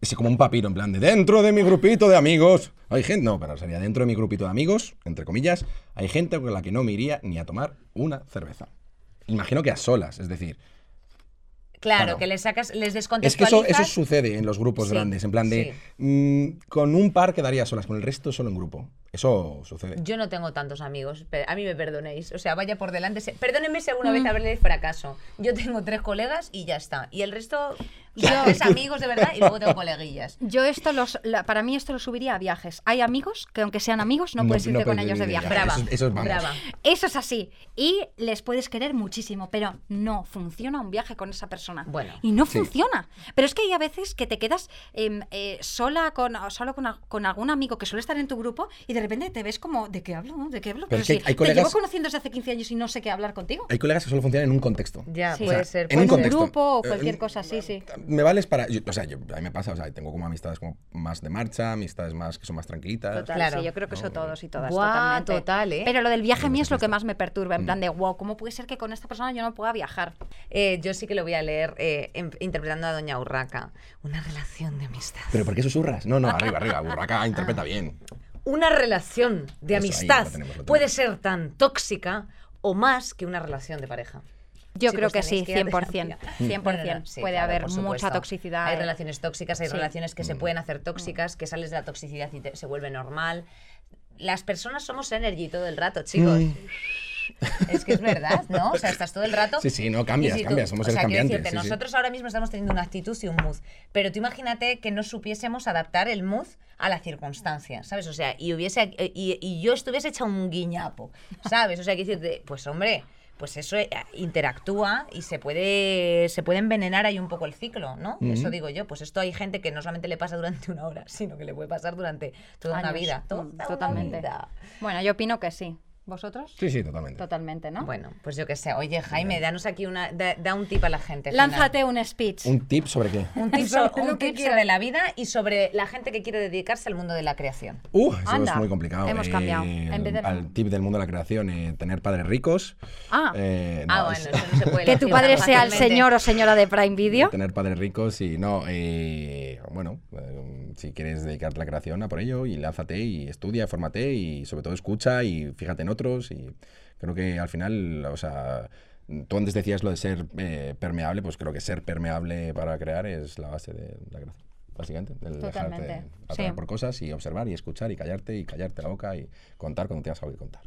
F: Es como un papiro, en plan de dentro de mi grupito de amigos. Hay gente, no, pero sería dentro de mi grupito de amigos, entre comillas, hay gente con la que no me iría ni a tomar una cerveza. Imagino que a solas, es decir.
C: Claro,
F: Claro.
C: que les sacas, les
F: Es que eso,
C: descontextualizas.
F: eso sucede en los grupos
C: Sí,
F: grandes, en plan de. mm, con un par quedaría a solas, con el resto solo en grupo. Eso sucede.
C: Yo no tengo tantos amigos, pero a mí me perdonéis. O sea, vaya por delante. se- Perdónenme si alguna vez hablé de fracaso. Yo tengo tres colegas y ya está. Y el resto, yo, tres amigos de verdad y luego tengo coleguillas.
B: Yo esto los, la- para mí esto lo subiría a viajes. Hay amigos que aunque sean amigos no,
F: No-
B: puedes
F: no
B: irte con
F: puedes
B: ellos de
F: vivir
B: viaje.
F: de viaje.
C: Brava.
F: Eso es- eso es vamos.
C: brava.
B: Eso es así. Y les puedes querer muchísimo, pero no funciona un viaje con esa persona.
C: Bueno,
B: y no
F: sí.
B: funciona. Pero es que hay a veces que te quedas em, eh, sola con, o solo con, a- con algún amigo que suele estar en tu grupo y de repente te ves como, ¿de qué hablo? no? ¿De qué hablo?
F: Pero es que
B: sí,
F: hay
B: Te llevo
F: colegas-
B: conociendo desde hace 15 años y no sé qué hablar contigo.
F: Hay colegas que solo funcionan en un contexto.
C: Ya,
B: Sí.
C: puede
B: O sea,
C: ser.
F: en un
C: puede
F: contexto.
B: grupo o
F: Eh,
B: cualquier
F: mm,
B: cosa, sí, sí.
F: Me vales para. yo- o sea, yo- a mí me pasa, o sea, tengo como amistades como más de marcha, amistades más que son más tranquilitas.
B: Total,
C: Claro.
B: sí, yo creo que eso todos y todas.
C: Buah,
B: totalmente.
C: total, ¿eh?
B: Pero lo del viaje a mí es lo que
F: supuesto.
B: más me perturba.
C: Mm.
B: En plan de, wow, ¿cómo puede ser que con esta persona yo no pueda viajar?
C: ser. Eh, yo sí que lo voy a leer eh, en- interpretando a Doña Urraca. Una relación de amistad.
F: ¿Pero por qué susurras? No, no, arriba, arriba. Burraca
B: Ah.
F: interpreta bien.
C: Una relación de
F: Eso, ahí
C: amistad
F: lo tenemos, lo
C: puede
F: tenemos.
C: ser tan tóxica o más que una relación de pareja.
B: Yo creo
C: Chicos,
B: que
C: tenéis
B: sí,
C: ir a
B: 100%.
C: terapia.
F: Mm.
B: 100%.
C: No, no, no, sí,
B: Puede
C: claro,
B: haber
C: por
B: mucha
C: supuesto.
B: toxicidad.
C: Hay
B: eh.
C: relaciones tóxicas, hay
B: Sí.
C: relaciones
F: Mm.
C: que se pueden hacer tóxicas, que sales de la toxicidad y te- se vuelve normal. Las personas somos energy todo el rato, chicos.
F: Mm.
C: Es que es verdad, ¿no? O sea, estás todo el rato.
F: Sí, sí, no, cambias, cambias, somos
C: o sea,
F: seres
C: quiero
F: cambiantes,
C: decirte,
F: sí, sí.
C: nosotros ahora mismo estamos teniendo una actitud y un mood, pero tú imagínate que no supiésemos adaptar el mood a la circunstancia, ¿sabes? O sea, y hubiese y, y yo estuviese hecha un guiñapo, ¿sabes? O sea, que decirte, pues hombre, pues eso eh, interactúa y se puede se puede envenenar ahí un poco el ciclo, ¿no? Eso digo yo, pues esto hay gente que no solamente le pasa durante una hora, sino que le puede pasar durante toda una
B: Años.
C: vida,
B: Mm,
C: toda una
B: Totalmente.
C: vida.
B: Bueno, yo opino que sí. ¿Vosotros?
F: Sí, sí, totalmente.
B: Totalmente, ¿no?
C: Bueno, pues yo qué sé. Oye, Jaime, danos aquí una. Da, da un tip a la gente.
B: Lánzate un speech.
F: ¿Un tip sobre qué?
C: Gina. Un tip,
B: Eso
C: so-
B: es lo
C: un
B: que
C: tip
B: quiero.
C: sobre la vida y sobre la gente que quiere dedicarse al mundo de la creación.
F: Uh, eso
B: Anda,
F: es muy complicado. Eh,
B: hemos cambiado. En vez de-
F: Al tip del mundo de la creación, eh, tener padres ricos.
B: Ah.
F: eh,
C: ah,
F: no,
C: bueno,
F: es-
C: eso no se puede.
B: Que tu
C: elegir tan
B: padre sea el
C: fácilmente.
B: señor o señora de Prime Video.
F: Tener padres ricos y no, eh, bueno, eh, si quieres dedicarte a la creación, a por ello y lánzate y estudia, fórmate y sobre todo escucha y fíjate en otros y creo que al final, o sea, tú antes decías lo de ser eh, permeable, pues creo que ser permeable para crear es la base de la creación. Básicamente, el
B: Totalmente,
F: dejarte atraer
B: sí.
F: por cosas y observar y escuchar y callarte y callarte la boca y contar cuando tengas algo que contar.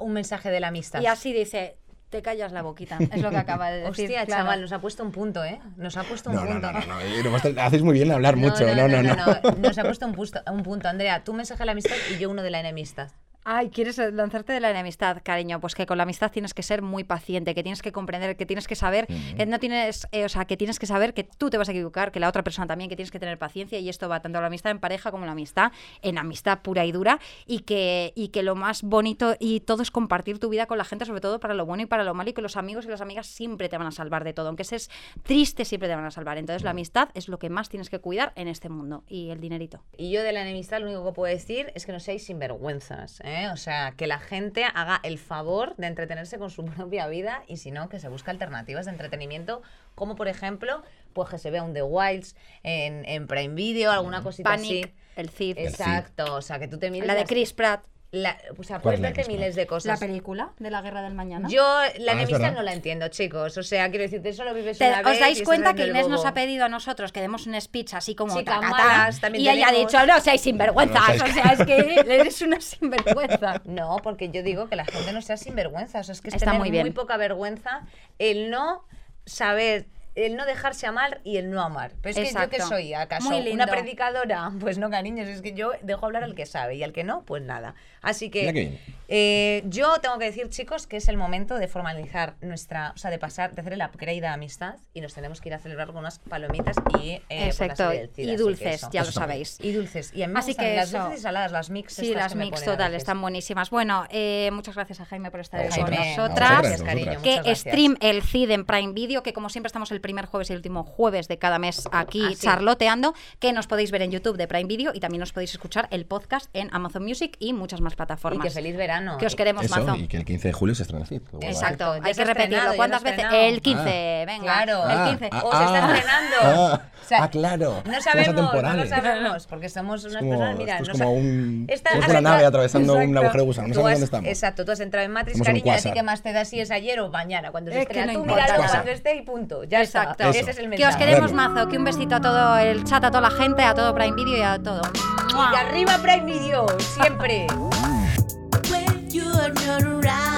C: Un mensaje de la amistad.
B: Y así dice, te callas la boquita. Es lo que acaba de decir.
C: Hostia,
B: claro.
C: chaval, nos ha puesto un punto, ¿eh? Nos ha puesto un
F: No, no,
C: punto.
F: no, no, no, eh, vosotros hacéis muy bien en hablar mucho, no, no, no.
C: Nos ha puesto un, pusto- un punto. Andrea, tú mensaje de la amistad y yo uno de la enemistad.
B: Ay, quieres lanzarte de la enemistad, cariño. Pues que con la amistad tienes que ser muy paciente, que tienes que comprender, que tienes que saber, que no tienes, eh, o sea, que tienes que saber que tú te vas a equivocar, que la otra persona también, que tienes que tener paciencia y esto va tanto a la amistad en pareja como a la amistad en amistad pura y dura y que y que lo más bonito y todo es compartir tu vida con la gente, sobre todo para lo bueno y para lo malo y que los amigos y las amigas siempre te van a salvar de todo, aunque seas triste siempre te van a salvar. Entonces la amistad es lo que más tienes que cuidar en este mundo y el dinerito.
C: Y yo de la enemistad lo único que puedo decir es que no seáis sinvergüenzas, ¿eh? O sea, que la gente haga el favor de entretenerse con su propia vida y si no, que se busque alternativas de entretenimiento, como por ejemplo, pues que se vea un The Wilds en, en Prime Video, alguna cosita
B: Panic,
C: así.
B: el Cid,
F: El Cid.
C: Exacto, o sea, que tú te mires
B: la de
C: las-
B: Chris Pratt.
C: la- o sea,
F: ¿Cuál
C: puedes
F: es la
C: verte
F: de Chris Pratt?
C: miles de
B: ¿La
C: cosas.
B: película de la guerra del mañana?
C: Yo la
F: Ah, es
C: enemistad
F: verdad.
C: no la entiendo, chicos. O sea, quiero decirte, solo vives
B: Te-
C: una vez.
B: ¿Os
C: y
B: dais
C: estás
B: cuenta
C: haciendo
B: que
C: el
B: Inés nos
C: bobo.
B: ha pedido a nosotros que demos un speech así como
C: Chica
B: tacatá,
C: malas, también
B: y ella ha
C: tenemos.
B: dicho, no seáis sinvergüenzas,
F: No
B: o
F: seáis-
B: sea, es que eres una sinvergüenza.
C: No, porque yo digo que la gente no sea sinvergüenza. O sea, es que es
B: Está
C: tener
B: muy
C: muy,
B: bien.
C: poca vergüenza el no saber, el no dejarse amar y el no amar. Pero es que yo
B: Exacto.
C: que soy, ¿acaso?
B: Muy lindo.
C: Una predicadora. Pues no, cariños, es que yo dejo hablar al que sabe y al que no, pues nada. Así
F: Mira qué bien.
C: que eh, yo tengo que decir, chicos, que es el momento de formalizar nuestra, o sea, de pasar, de hacer el upgrade a amistad y nos tenemos que ir a celebrar con unas palomitas y eh, por la
B: Exacto,
C: serie del Cid, así
B: y
C: que
B: dulces,
C: eso.
B: ya lo
F: Eso está muy bien.
B: sabéis.
C: Y dulces. Y a mí me
B: Así
C: gustan
B: que
C: las
B: eso.
C: dulces y saladas, las mix.
B: Sí,
C: estas
B: las
C: que me
B: mix
C: ponen a
B: total,
C: veces.
B: están buenísimas. Bueno, eh, muchas gracias a Jaime por estar
F: A
B: hoy con
F: vosotras, a
B: nosotras.
F: vosotras.
C: cariño,
F: Muchas
B: que
C: muchas gracias.
B: stream el CID en Prime Video, que como siempre estamos el primer jueves y el último jueves de cada mes aquí
C: Así es.
B: charloteando, que nos podéis ver en YouTube de Prime Video y también nos podéis escuchar el podcast en Amazon Music y muchas más
C: Y
B: plataformas.
C: que feliz verano.
B: Que os queremos,
F: Eso,
B: mazo.
F: y que el 15 de julio se estrena Cid. lo vuelvo a decir.
B: Exacto,
C: Exacto, ya
B: hay
C: se
B: que
C: ha estrenado,
B: repetirlo.
C: ya
B: ¿Cuántas
C: lo ha
B: veces?
C: estrenado.
B: El 15, venga.
C: Claro.
B: El
C: Ah,
B: 15.
C: ah, O se está estrenando.
F: Ah,
C: O sea,
F: ah, claro.
C: No
F: Somos
C: sabemos, no lo
F: atemporales.
C: sabemos, porque somos unas
F: como-
C: personas, mira,
F: esto es
C: nos
F: como
C: ha-
F: un-
C: Esta-
F: somos
C: has
F: una
C: entrado-
F: nave atravesando un
C: Exacto.
F: agujero de gusano, no
C: Tú
F: sabemos
C: has-
F: dónde estamos.
C: Exacto, tú has entrado en Matrix,
F: Somos un
C: cariño, así
F: quasar.
C: que más te da si es ayer o mañana, cuando se
B: Es que
C: estrena.
B: no
C: Tú
B: importa.
C: míralo
F: Quasar.
C: cuando esté este y punto. Ya
B: Exacto.
C: está.
F: Eso.
C: Ese es el
B: Que os
C: mensaje.
B: queremos
F: Verlo.
B: mazo, que un besito a todo el chat, a toda la gente, a todo Prime Video y a todo.
C: Y arriba Prime Video, siempre.
G: when you're not around.